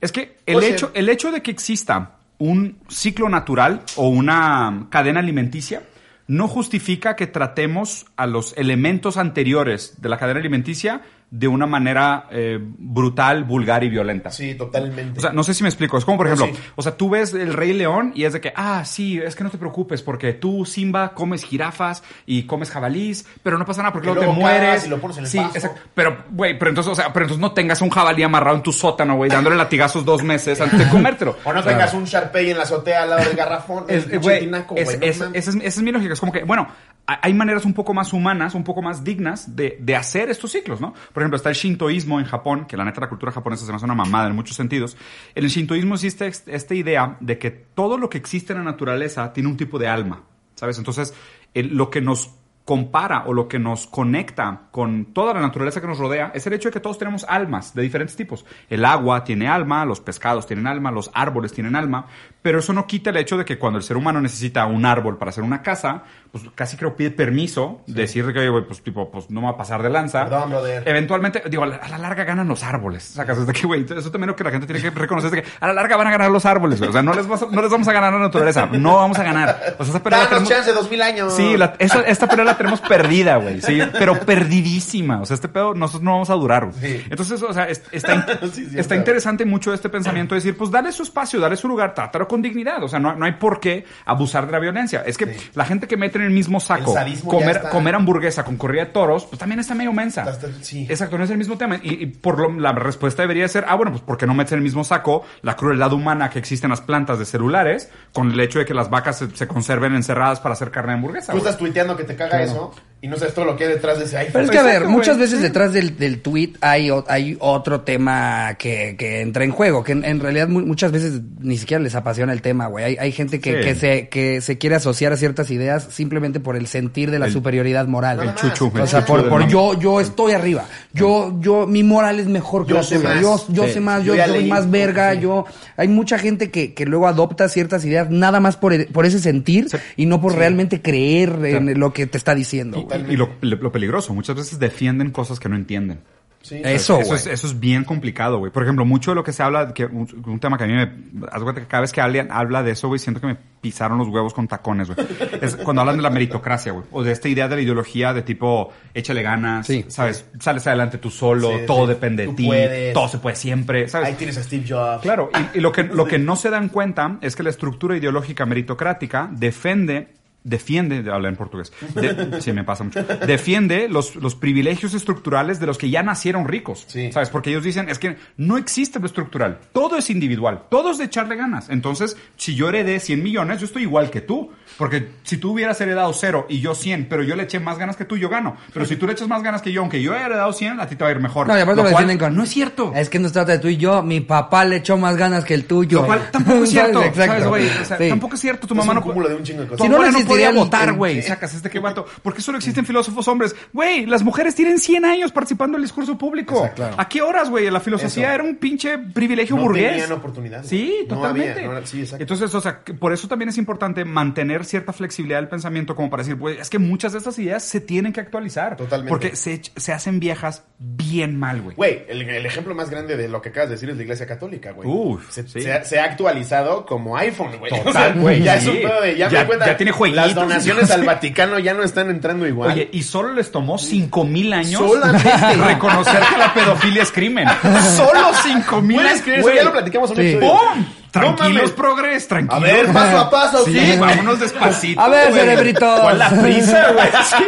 es que el,
Puede
hecho,
ser.
el hecho de que exista un ciclo natural o una cadena alimenticia no justifica que tratemos a los elementos anteriores de la cadena alimenticia de una manera eh, brutal, vulgar y violenta.
Sí, totalmente.
O sea, no sé si me explico. Es como, por
No,
ejemplo,
sí.
o sea, tú ves el Rey León y es de que, ah, sí, es que no te preocupes porque tú, Simba, comes jirafas y comes jabalís, pero no pasa nada porque
Y
luego te
luego cagas
mueres.
y lo pones en el
sí,
pasto.
exacto. Pero, güey, pero entonces, o sea, pero entonces no tengas un jabalí amarrado en tu sótano, güey, dándole latigazos dos meses antes de comértelo.
o no tengas un Sharpey en la azotea al lado del garrafón.
Es-
el
güey,
chitinaco,
es-
güey, no
es-
mames.
esa, es, esa es mi lógica. Es como que, bueno, ha- hay maneras un poco más humanas, un poco más dignas de, de hacer estos ciclos, ¿no? Por ejemplo, está el shintoísmo en Japón, que la neta la cultura japonesa se me hace una mamada en muchos sentidos. En el shintoísmo existe ex- esta idea de que todo lo que existe en la naturaleza tiene un tipo de alma, ¿sabes? Entonces, el- lo que nos compara o lo que nos conecta con toda la naturaleza que nos rodea es el hecho de que todos tenemos almas de diferentes tipos. El agua tiene alma, los pescados tienen alma, los árboles tienen alma, pero eso no quita el hecho de que cuando el ser humano necesita un árbol para hacer una casa, pues casi creo pide permiso, de decir que, oye, güey, pues tipo, pues no me va a pasar de lanza.
Perdón, brother.
Eventualmente, digo, a la, a la larga ganan los árboles. Sacas desde que, güey, eso también lo que la gente tiene que reconocer es de que a la larga van a ganar los árboles, güey. O sea, no les, vas a- no les vamos a ganar a la naturaleza, no vamos a ganar. O sea, esa pelea la
Danos
tenemos-
chance, dos mil años.
Sí, la- esa- esta pelea la tenemos perdida, güey. Sí, pero perdidísima. O sea, este pedo nosotros no vamos a durar. güey.
Sí.
Entonces, o sea, es- está, in-
Sí, sí,
está
claro.
interesante mucho este pensamiento de decir, pues dale su espacio, dale su lugar, trátalo con dignidad. O sea, no, no hay por qué abusar de la violencia. Es que la gente que mete en el mismo saco
El sadismo ya
comer,
está.
comer hamburguesa con corrida de toros, pues también está medio mensa.
Está- está- sí.
Exacto, no es el mismo tema. Y, y por lo- la respuesta debería ser, ah, bueno, pues porque no metes en el mismo saco la crueldad humana que existe en las plantas de celulares con el hecho de que las vacas se, se conserven encerradas para hacer carne de hamburguesa.
Tú
güey.
estás tuiteando que te caga eso y no sabes todo lo que hay detrás de ese iPhone.
Pero es que, a ver,
Exacto, güey,
muchas veces
sí.
detrás del, del tweet hay, o- hay otro tema que, que entra en juego, que en, en realidad mu- muchas veces ni siquiera les apasiona el tema, güey. Hay, hay gente que,
Sí.
que, se, que se quiere asociar a ciertas ideas simplemente por el sentir de la
El-
superioridad moral.
el chuchu, el
O sea,
chuchu
por,
del
por
mame.
yo, yo estoy arriba. Yo, yo, mi moral es mejor que
Yo
la
sé
tuya.
más.
Yo, yo
Sí.
sé más,
Yo
yo,
ya
soy
leí.
más verga,
Sí.
yo. Hay mucha gente que, que luego adopta ciertas ideas nada más por, por ese sentir
Sí.
y no por realmente creer en lo que te está diciendo. güey.
Y lo, lo peligroso, muchas veces defienden cosas que no entienden.
Sí.
Eso,
eso,
güey.
es, eso es bien complicado, güey. Por ejemplo, mucho de lo que se habla, que un, un tema que a mí me... Haz de cuenta que cada vez que alguien habla de eso, güey, siento que me pisaron los huevos con tacones, güey. Es cuando hablan de la meritocracia, güey. O de esta idea de la ideología de tipo, échale ganas,
Sí.
¿sabes? Sales adelante tú solo,
Sí,
todo
sí.
depende de
Tú
ti,
puedes.
todo se puede siempre, ¿sabes?
Ahí tienes a Steve Jobs.
Claro, y, y lo, que, lo que no se dan cuenta es que la estructura ideológica meritocrática defiende defiende, habla en portugués, de- sí me pasa mucho, defiende los, los privilegios estructurales de los que ya nacieron ricos,
Sí.
¿sabes? Porque ellos dicen, es que no existe lo estructural, todo es individual, todo es de echarle ganas, entonces, si yo heredé 100 millones, yo estoy igual que tú, porque si tú hubieras heredado cero y yo 100, pero yo le eché más ganas que tú, yo gano, pero si tú le echas más ganas que yo, aunque yo haya heredado 100, a ti te va a ir mejor.
No, y aparte lo,
cual-
defienden con.
No es cierto.
Es que no se trata de tú y yo. Mi papá le echó más ganas que el tuyo.
Lo cual tampoco es cierto.
¿Sabes?
¿sabes, güey? O sea,
Sí.
Tampoco es cierto. Tu
Es
mamá
un
no.
cúmulo de un chingo de cosas.
Tu
Si no,
abuela
no
no podía
existiría el-
votar,
el-
güey.
¿Qué?
Sacas este que vato. Porque solo existen filósofos hombres. Güey, las mujeres tienen 100 años participando en el discurso público.
Exacto, claro.
¿A qué horas, güey? La filosofía
Eso.
era un pinche privilegio
No
burgués.
tenían oportunidad,
Sí,
güey. No
totalmente.
había, no, sí, exacto.
Entonces, o sea, que por eso también es importante mantener cierta flexibilidad del pensamiento, como para decir, güey, es que muchas de estas ideas se tienen que actualizar.
Totalmente.
Porque se, ech- se hacen viejas bien mal, güey.
Güey, el, el ejemplo más grande de lo que acabas de decir es la iglesia católica, güey.
Uf,
se,
sí.
se ha, se ha actualizado como iPhone, güey.
Total,
O sea,
güey,
Ya
sí.
es un pedo de. Ya,
Ya-
me cuenta,
ya tiene jueguitos y
Las donaciones
no
al
sé.
Vaticano ya no están entrando igual.
Oye, y solo les tomó 5 mil años
Solamente.
reconocer que la pedofilia es crimen. Solo 5 mil Oh,
¿Puedes creer eso? Ya lo platicamos en un
Sí.
episodio.
¡Pum!
No
Tranquilos,
mames.
progres,
A
tranquilos.
ver, paso a paso.
Sí,
¿qué?
vámonos despacito.
A ver,
güey.
cerebritos.
Con la prisa, güey. Sí.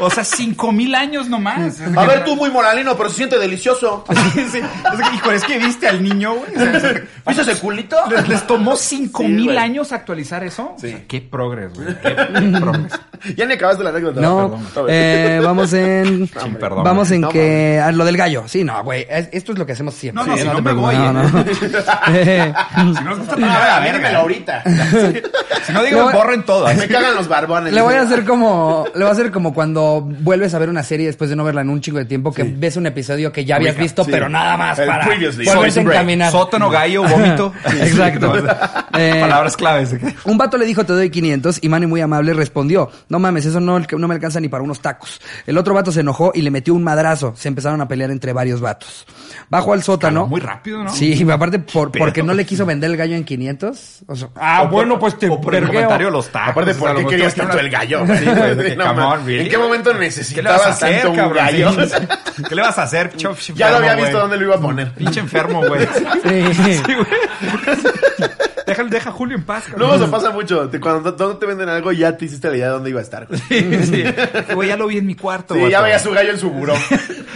O sea, 5 mil años nomás.
A ver, tú muy moralino, pero se siente delicioso.
Sí, sí. Es que, hijo, es que viste al niño, güey. O sea, es-
¿Viste ese culito?
les, les tomó 5
Sí,
mil
güey.
años actualizar eso. O sea,
Sí.
qué progres, güey. Qué progres.
Ya ni acabas de la anécdota.
No,
perdón. A ver.
eh, vamos en.
Sin perdón,
vamos
güey.
en
No,
que. ah, lo del gallo. Sí, no, güey. es- Esto es lo que hacemos siempre.
No, no,
¿eh?
si no
te
me
preocupes,
voy,
no, no. Eh,
Si no les gusta,
Ah,
la
dímelo
verga.
ahorita.
Si no,
Le
digo,
voy-
borren todo.
Me cagan los barbones.
Le voy a hacer como. Le voy a hacer como cuando vuelves a ver una serie después de no verla en un chingo de tiempo, que ves un episodio que ya habías
Ubica,
visto,
sí.
pero nada más
El
para
previously.
volverte a
Soy break.
encaminar.
Sótano, gallo, vómito.
Exacto. Eh,
Palabras claves.
Un vato le dijo, te doy 500 y Manny muy amable respondió, no mames, eso no, no me alcanza ni para unos tacos. El otro vato se enojó y le metió un madrazo. Se empezaron a pelear entre varios vatos. Bajo al sótano.
muy rápido, ¿no?
Sí, aparte por- porque no le quiso vender el gallo en 500? O sea,
Ah,
O por-
bueno, pues te
o por el
vergueo.
comentario
los tacos.
Aparte,
o sea,
¿por
a
qué
lo
querías
mejor
tanto el gallo?
Sí,
Sí, güey,
de-
no,
come
man.
on, really.
¿En qué momento
¿Qué le vas a
necesitabas
hacer,
tanto un
cabrón?
gallo?
¿Qué le vas a hacer? Pinche enfermo,
ya lo había visto
güey.
dónde lo iba a poner.
Pinche enfermo, güey.
sí.
Sí, güey. Déjalo- deja a Julio en paz. cabrón.
No, eso pasa mucho. Te- cuando no te venden algo, ya te hiciste la idea de dónde iba a estar. Sí,
Sí. Güey, ya lo vi en mi cuarto. güey.
ya veía su gallo en su buró.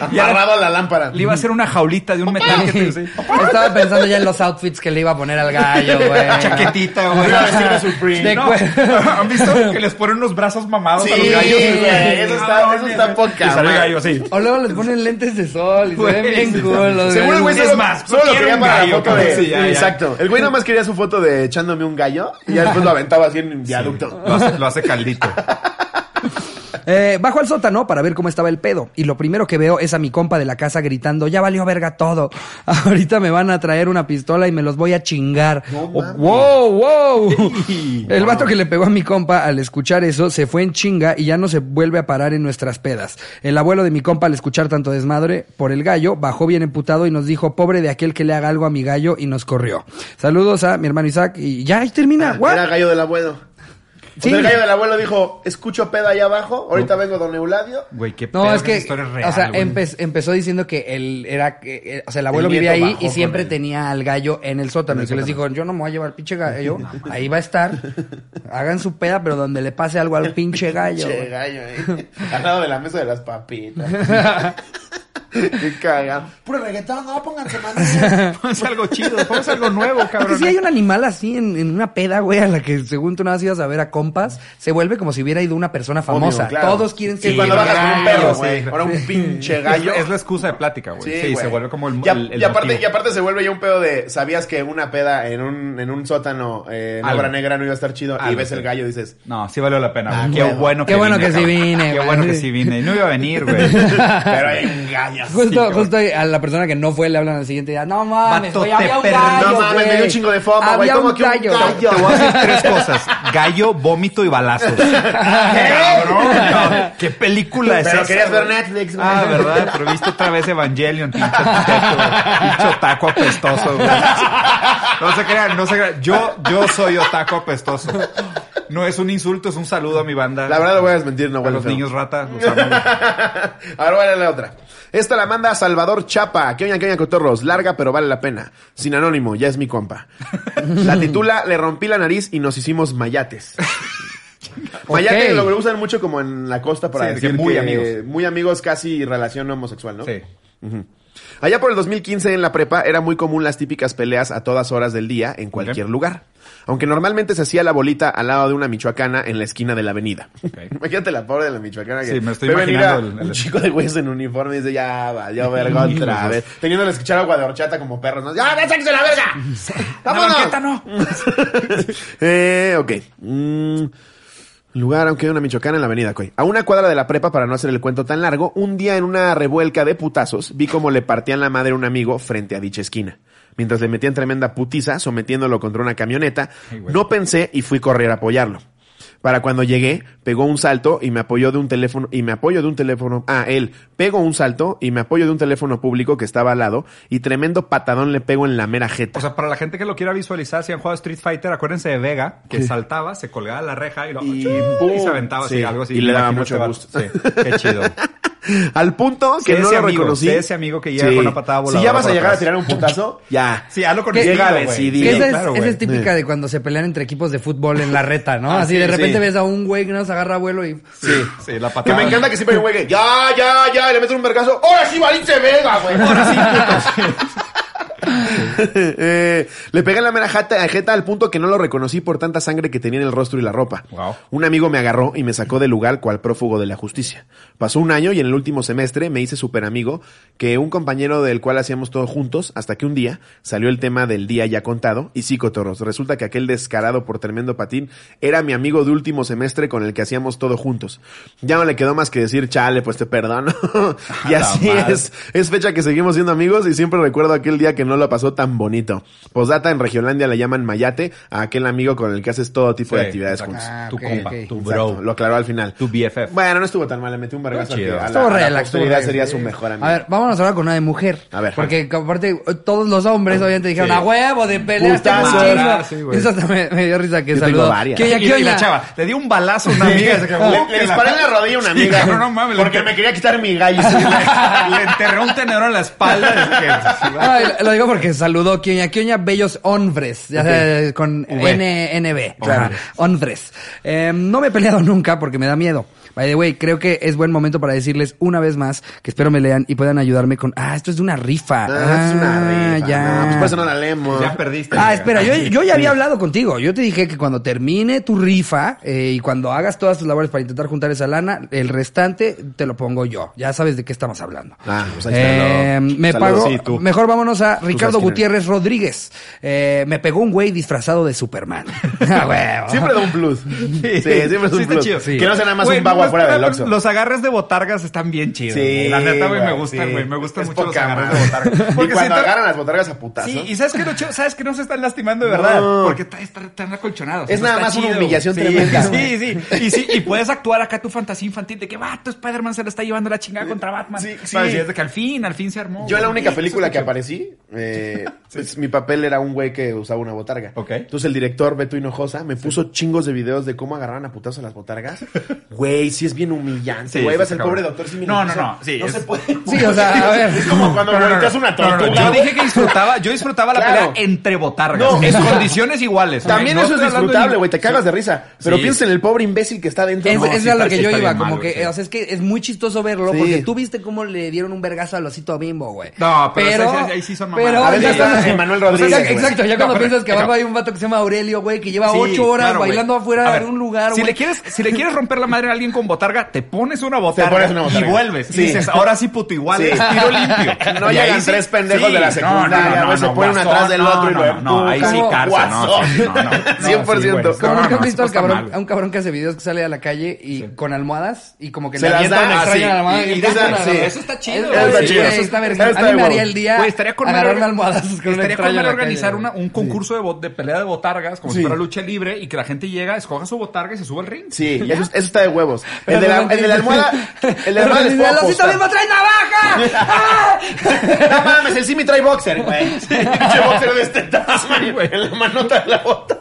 amarrado a la lámpara.
Le iba a hacer una jaulita de un metal que te- sí.
Estaba pensando ya en los outfits que le iba a poner al gallo, güey.
Chaquetita, güey.
Le iba a vestir de Supreme.
De
No,
cuero.
¿Han visto que les ponen unos brazos mamados
Sí,
a los gallos?
güey, eso está- eso está poca
Y sale el
madre.
gallo así.
O luego les ponen lentes de sol y se
Güey,
ven
sí,
bien cool.
sí.
los
Seguro el güey
ven-
Es
solo,
más,
solo
quiero
quería
un
para
gallo,
la foto de.
cabrón. Sí, ya, ya.
Exacto. El güey nada más quería su foto de echándome un gallo y ya después lo aventaba así en un viaducto.
Lo hace, lo hace caldito.
Eh, bajo al sótano para ver cómo estaba el pedo. Y lo primero que veo es a mi compa de la casa gritando, ya valió verga todo. Ahorita me van a traer una pistola y me los voy a chingar. Oh, wow, wow. el vato que le pegó a mi compa al escuchar eso se fue en chinga y ya no se vuelve a parar en nuestras pedas. El abuelo de mi compa al escuchar tanto desmadre por el gallo bajó bien emputado y nos dijo, pobre de aquel que le haga algo a mi gallo y nos corrió. Saludos a mi hermano Isaac y ya ahí termina. What?
Ah, Era gallo del abuelo. O sea,
Sí.
el gallo del abuelo dijo, escucho pedo allá abajo, ahorita vengo don Euladio.
Güey, qué pedo.
No, es que,
esa historia es real,
o sea,
güey.
empe- empezó diciendo que él era, que, eh, o sea, el abuelo
El
vivía
nieto
ahí
bajó
y
con
siempre
él.
tenía al gallo en el sótano. Y que les dijo, yo no me voy a llevar pinche gallo, ahí va a estar, hagan su peda, pero donde le pase algo al pinche gallo.
Che,
güey".
gallo, eh. Al lado de la mesa de las papitas. Qué cagado. Puro reggaetón, no, pónganse manos.
Pónganse algo chido, pónganse algo nuevo,
Porque
cabrón.
si hay un animal así en, en una peda, güey, a la que según tú nada más ibas a ver a compas, se vuelve como si hubiera ido una persona famosa. Todos quieren ser
Y cuando
Sí,
bajas con un perro,
gallo,
güey.
sí.
Ahora un pinche gallo.
Es, es la excusa de plática, güey. Sí,
güey.
se vuelve como el,
y, a-
el- el
y aparte,
motivo.
y aparte se vuelve ya un pedo de, ¿sabías que una peda en un, en un sótano eh, en
Algo.
obra negra no iba a estar chido? y
Algo,
ves
sí.
el gallo y dices,
No, sí valió la pena, güey.
Ah,
Qué
huevo.
bueno que
Qué bueno que sí
cabrón.
vine,
Qué
güey.
bueno que sí vine. Y no iba a venir, güey.
pero hay un gallo. así,
Justo,
güey.
justo a la persona que no fue le hablan al siguiente día. No mames,
Vato,
güey,
te
había un
perdí.
gallo,
No mames, me dio
güey.
un chingo de fama, güey,
Había
¿cómo
un
que un
gallo.
gallo?
Te voy a hacer tres cosas. Gallo, vómito y balazos. Cabrón, cabrón. ¿Qué película es
Pero
esa,
querías ver
güey?
Netflix, güey.
Ah, ¿verdad? Pero viste otra vez Evangelion, pinche teto, güey. pinche otaku apestoso, güey. No se crean, no se crean. Yo, yo soy otaku apestoso. No es un insulto, es un saludo a mi banda.
La verdad lo voy a desmentir, no
A
huele
los
feo.
niños rata. los amo.
Ahora vale la otra. Esta la manda Salvador Chapa. Que oña, que oña, cotorros. Larga, pero vale la pena. Sin anónimo, ya es mi compa. La titula Le rompí la nariz y nos hicimos mayates. Mayates
Ok.
lo usan mucho como en la costa para
Sí, de
decir
que muy
que-
amigos.
Muy amigos, casi relación homosexual, ¿no?
Sí.
Allá por el 2015 en la prepa era muy común las típicas peleas a todas horas del día en cualquier
Ok.
lugar. Aunque normalmente se hacía la bolita al lado de una michoacana en la esquina de la avenida. Imagínate la pobre de la michoacana que
Sí, me estoy
ve venir
imaginando
a
el- el-
un chico de güeyes en uniforme y dice, ya valió verga otra vez. Teniéndole que echar agua de horchata como perros, ¿no? ¡Ya, ya sáquese la verga!
La
¡Vámonos!
banqueta no.
eh, ok. Mm, lugar, aunque hay una michoacana en la avenida, Coy. A una cuadra de la prepa, para no hacer el cuento tan largo, un día en una revuelca de putazos, vi cómo le partían la madre a un amigo frente a dicha esquina. Mientras le metían tremenda putiza, sometiéndolo contra una camioneta,
Ay, güey.
no pensé y fui correr a apoyarlo. Para cuando llegué, pegó un salto y me apoyó de un teléfono, y me apoyo de un teléfono, ah, él, pegó un salto y me apoyo de un teléfono público que estaba al lado y tremendo patadón le pego en la mera jeta.
O sea, para la gente que lo quiera visualizar, si han jugado Street Fighter, acuérdense de Vega, que saltaba, se colgaba la reja y, lo,
Y
¡Chu!
¡pum!
y se aventaba así,
Sí,
algo así.
y le daba
Imagino
mucho
este
gusto.
vato. Sí, qué chido.
Al punto que
Sé
no
ese
lo
amigo,
reconocí.
sé ese amigo que llega con una patada
Si
voladora
ya vas a
por
llegar a
atrás.
tirar un putazo, ya.
Sí, hazlo con
Que-
Llega
estilo, güey.
decidido.
Que esa, es,
claro,
esa
güey.
es típica de cuando se pelean entre equipos de fútbol en la reta, ¿no?
Ah,
Así
sí,
de repente
sí.
ves a un güey que nos agarra vuelo y...
Sí, sí, la
Que
patada.
me encanta que siempre hay un güey que ya, ya, ya, y le meten un vergazo. ¡Ahora sí, valiste Vega, güey! ¡Ahora sí, putos! Eh, le pegué en la mera jata- jeta al punto que no lo reconocí por tanta sangre que tenía en el rostro y la ropa.
Wow.
Un amigo me agarró y me sacó del lugar cual prófugo de la justicia. Pasó un año y en el último semestre me hice súper amigo que un compañero del cual hacíamos todo juntos hasta que un día salió el tema del día ya contado y sí, cotorros, resulta que aquel descarado por tremendo patín era mi amigo de último semestre con el que hacíamos todo juntos. Ya no le quedó más que decir, chale, pues te perdono. y
la
así
madre.
es. Es fecha que seguimos siendo amigos y siempre recuerdo aquel día que no la pasó tan tan bonito. Posdata, en Regiolandia le llaman mayate a aquel amigo con el que haces todo tipo de
Sí,
actividades
exacto.
juntos.
Ah,
tu
ok,
compa,
ok.
tu
Exacto,
bro,
Lo aclaró al final.
tu BFF.
Bueno, no estuvo tan mal, le metí un vergazo al que
Estuvo chido.
a la,
Estuvo
a la
relax, estuvo
posteridad
relax,
sería
sí.
su mejor amigo.
A ver, vámonos ahora con una de mujer.
A ver.
Porque aparte, eh, todos los hombres obviamente dijeron,
Sí.
a huevo, de pelea, tengo
Gustazo.
Ah,
un
sí,
chingo.
güey.
Eso hasta me, me dio risa que
Yo tengo
saludó.
varias.
¿Qué,
Y,
ya, qué
y la
onda?
chava, le dio un balazo a una amiga. y se quedó,
Le,
"Oh,
le
que la
disparé en la rodilla a una
Sí,
amiga.
cabrón, no mames, le
porque
enterré-
me quería quitar mi gallo.
le enterró un tenedor en la espalda. es que-
Ay, lo digo porque saludó Kioña, Kioña, bellos hombres, ya sea, eh, con
V.
NNB,
Claro.
claro. hombres. Eh, no me he peleado nunca porque me da miedo. By the way, creo que es buen momento para decirles una vez más que espero me lean y puedan ayudarme con, ah, esto es de una rifa.
Ah, es una rifa.
ya.
No, pues por eso no la leemos.
Ya perdiste.
Ah,
amiga.
espera, yo, yo ya había hablado contigo. Yo te dije que cuando termine tu rifa eh, y cuando hagas todas tus labores para intentar juntar esa lana, el restante te lo pongo yo. Ya sabes de qué estamos hablando.
Ah, pues ahí está,
Eh,
lo-
me
saludos,
pagó.
sí, tú.
mejor vámonos a Ricardo
quién eres.
Gutiérrez Rodríguez. Eh, me pegó un güey disfrazado de Superman. Ah, huevo.
Siempre da un plus. Sí, siempre es
Sí,
un
está
plus.
chido.
Que no sea nada más
Güey,
un vago
no,
afuera
espera,
del Oxxo.
Los agarres de botargas están bien chidos. güey. la neta, güey, me gustan, güey. Me gustan
Es
mucho los
poca
agarres
madre.
de botargas.
Y cuando
siento-
agarran las botargas a putas.
Sí, y sabes que sabes que no se están lastimando de verdad,
No.
porque están, están, están acolchonados.
Es
Eso
nada
está
más una
chido.
humillación
Sí,
tremenda,
Sí,
güey.
sí, y sí, y puedes actuar acá tu fantasía infantil de que va, tu Spider-Man se la está llevando la chingada contra Batman.
Sí, sí.
Para decirte que al fin, al fin se armó.
Yo en la
güey.
única
Sí,
película
eso
que
está
aparecí, eh, pues, mi papel era un güey que usaba una botarga.
Ok.
Entonces el director Beto Hinojosa me puso chingos de videos de cómo agarraban a putazos a las botargas. Güey, sí es bien humillante.
Sí,
Güey,
sí,
vas
está
el pobre
cabrón.
doctor sí me
No,
lo
no,
puso.
no, sí,
No
es-
se puede.
Sí, o sea, a ver.
Es como cuando
No, no, no,
volteas una
no, no, no,
tortuga.
Yo dije que disfrutaba, yo disfrutaba la
Claro.
pelea entre botargas.
No,
en
eso-
condiciones iguales. güey.
También
No
eso es
estoy hablando
disfrutable,
ni-
güey. Te cagas de risa. Pero
Sí.
piensa en el pobre imbécil que está dentro.
Es,
No,
es
sí
a
está-
lo que
sí
yo
está
iba,
bien
como
malo,
que,
sí.
eh, o sea, es que es muy chistoso verlo,
Sí.
porque tú viste cómo le dieron un vergazo al osito bimbo, güey.
No, pero ahí- ahí sí son mamadas.
pero-
A veces
ya
está
cuando-
Emanuel
o sea,
Rodríguez, güey.
exacto, ya cuando
No, pero-
pienso piensas que abajo
pero-
hay un vato que se llama Aurelio, güey, que lleva
Sí,
ocho horas
claro, güey.
bailando
A
afuera
ver,
de un lugar,
si
güey.
le quieres Si le quieres romper la madre a alguien con botarga, te pones una botarga,
pones una botarga.
y vuelves.
Sí.
Y dices, ahora sí puto igual,
Sí.
es tiro limpio.
No
Y
llegan
ahí sí-
tres pendejos de la
no, no,
secundaria, güey,
no, no,
se ponen
guasón,
atrás del
no,
otro y
no,
lo
no, no, ahí sí
empujan.
cárcel, no,
Guasón.
sí, no, no, no, sí, güey.
100%.
No,
Como
no,
nunca
no,
has visto
eso
al
está
cabrón,
mal.
a un cabrón que hace videos que sale a la calle y con almohadas y como que
Se
le
las
avientan
dan,
una
ah,
extraña
sí.
a la almohada
Y-
y,
y
le
esas-
avientan a la-
sí.
Eso está chido,
Eso
güey.
está chido.
Eso
Está verga.
está
A mí
de
me haría
huevos.
el día
Güey, estaría con
agarrar
madre-
las almohadas con una
estaría con
extraña en
madre
la
organizar
calle,
una- un concurso de, bot- de pelea de botargas, como
Sí.
si fuera lucha libre, y que la gente llega, escoja su botarga y se sube al ring.
Sí, eso, eso está de huevos.
Pero
El de, la,
no
el de la almohada. El de la almohada. les puedo
El osito
apostar.
bimbo trae navaja. ¡Ah!
No mames, el Simi trae boxer, güey. Pinche boxer de este
Sí,
tamaño,
güey.
güey. En la manota de la bota.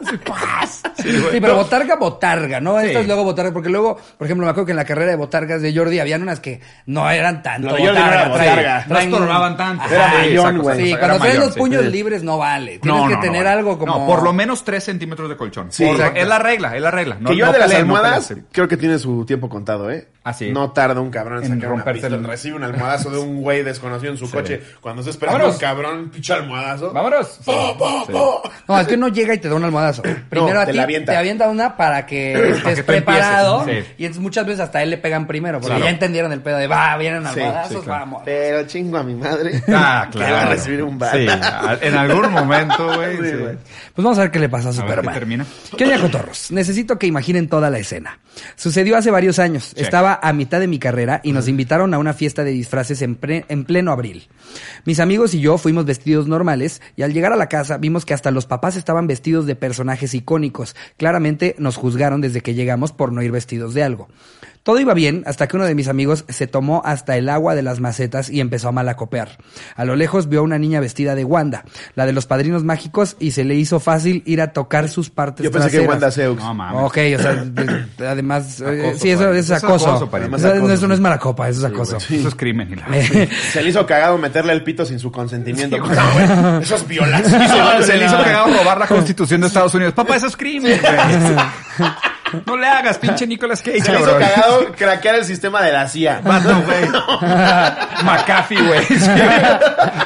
Sí, güey.
Sí, pero botarga, botarga, ¿no? Estas luego botarga, porque luego, por ejemplo, me acuerdo que en la carrera de botargas de Jordi habían unas que no eran tanto.
Lo de Jordi no era
traen-
botarga.
No
traen-
estorbaban tanto.
Era
Ajá,
mayón,
exacto,
güey.
Sí,
exacto, era
cuando traes
mayón,
los
sí.
puños libres no vale. Tienes que tener
vale.
algo como.
eh. No, por lo menos 3 centímetros de colchón.
Sí,
Por lo-
exacto.
es la regla, es la regla. No-
que yo
no
de las
peleen, no
almohadas,
peleen.
creo que tiene su tiempo contado, ¿eh?
Ah, sí.
No tarda un cabrón
En
en, sacar
romperse
una pistola.
el-
Recibe un almohadazo de un güey desconocido en su coche. Cuando está esperando
Vámonos.
un cabrón, pinche almohadazo.
Vámonos. Sí, sí.
No, es que uno llega y te da un almohadazo. Primero a
te
ti
la avienta.
te avienta una para que
Para
estés
que tú
preparado.
empieces, sí.
Y entonces muchas veces hasta a él le pegan primero, porque
Claro.
ya entendieron el pedo de va, vienen
sí,
almohadazos,
claro.
vamos.
Pero chingo a mi madre.
Ah,
Que
claro.
va a recibir un bar.
Sí, a- en algún momento, güey.
Sí,
sí.
güey.
Pues vamos a ver qué le pasa a
ver
Superman.
qué termina.
¿Qué onda, cotorros? Necesito que imaginen toda la escena. Sucedió hace varios años. Estaba a mitad de mi carrera y nos invitaron a una fiesta de disfraces en, pre- en pleno abril. Mis amigos y yo fuimos vestidos normales y al llegar a la casa vimos que hasta los papás estaban vestidos de personajes icónicos. Claramente nos juzgaron desde que llegamos por no ir vestidos de algo. Todo iba bien hasta que uno de mis amigos se tomó hasta el agua de las macetas y empezó a malacopear. A lo lejos vio a una niña vestida de Wanda, la de los padrinos mágicos, y se le hizo fácil ir a tocar sus partes
Yo pensé que
traseras.
Wanda Seux.
No mames.
Ok, o sea, de- además, eh,
Acoso,
sí, eso,
pariente.
es
Eso es
acoso.
acoso, pariente.
O sea, no,
Acoso,
eso no es malacopa, eso es acoso.
Eso es crimen. y la-
Eh.
Se le hizo cagado meterle el pito sin su consentimiento.
Sí,
Pues, ah, güey, eso es violación.
Se le hizo cagado robar la constitución de Estados Unidos. Papá, eso es crimen, güey. No le hagas, pinche Nicolas Cage,
Se le hizo
cabrón.
cagado craquear el sistema de la CIA.
Vato, güey. McAfee, güey. Sí.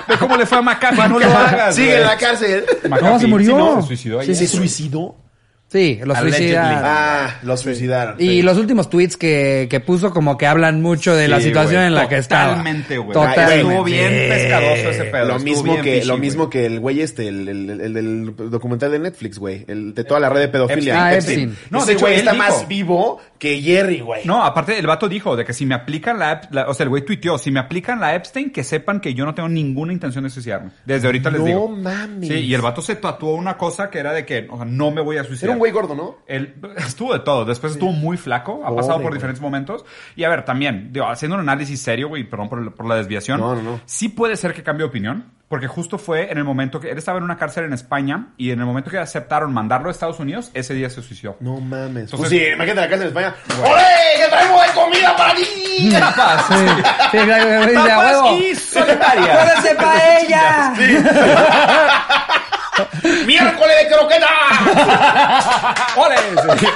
Ve cómo le fue a McAfee, no lo hagas.
Sigue
güey.
en la cárcel.
McAfee.
No, se murió.
Sí, no, se
Sí,
suicidó ayer,
¿Se
güey.
suicidó?
Sí, los
Allegedly.
suicidaron.
Ah, lo suicidaron.
Y
sí.
los últimos tweets que, que puso como que hablan mucho de la
Sí,
situación
güey,
en la que estaba.
Totalmente, güey.
Totalmente.
Estuvo bien pescadoso ese pedo.
Eh, Lo
estuvo
mismo
bien
que,
fishy,
lo
güey.
mismo que el güey este, el, el- el- el del documental de Netflix, güey. El de toda la red de pedofilia.
Ah, Epstein.
No,
No,
ese
de hecho,
güey
él
está
dijo.
más vivo que Jerry, güey.
No, aparte el vato dijo de que si me aplican la, Ep- la- o sea, el güey tuiteó, si me aplican la Epstein, que sepan que yo no tengo ninguna intención de suicidarme. Desde ahorita les
No
digo.
mames.
Sí, y el vato se tatuó una cosa que era de que, o sea, no me voy a suicidar.
Era un güey gordo, ¿no?
Él estuvo de todo. Después estuvo muy flaco. Ha
Pobre,
pasado
güey.
por diferentes momentos. Y a ver, también, digo, haciendo un análisis serio, güey, perdón por, el- por la desviación.
No, no, no.
Sí puede ser que cambie de opinión. Porque justo fue en el momento que él estaba en una cárcel en España. Y en el momento que aceptaron mandarlo a Estados Unidos, ese día se suicidó.
No mames.
Entonces-
pues sí, imagínate la casa en España. ¡Ole! ¡Que traemos de comida para ti!
Tapas.
Sí, exacto, que dice, "A
Tapas
huevo".
y solitaria.
¡Acuérdense pa' ella!
¡Miércoles de croqueta!
¡Ole! Sí,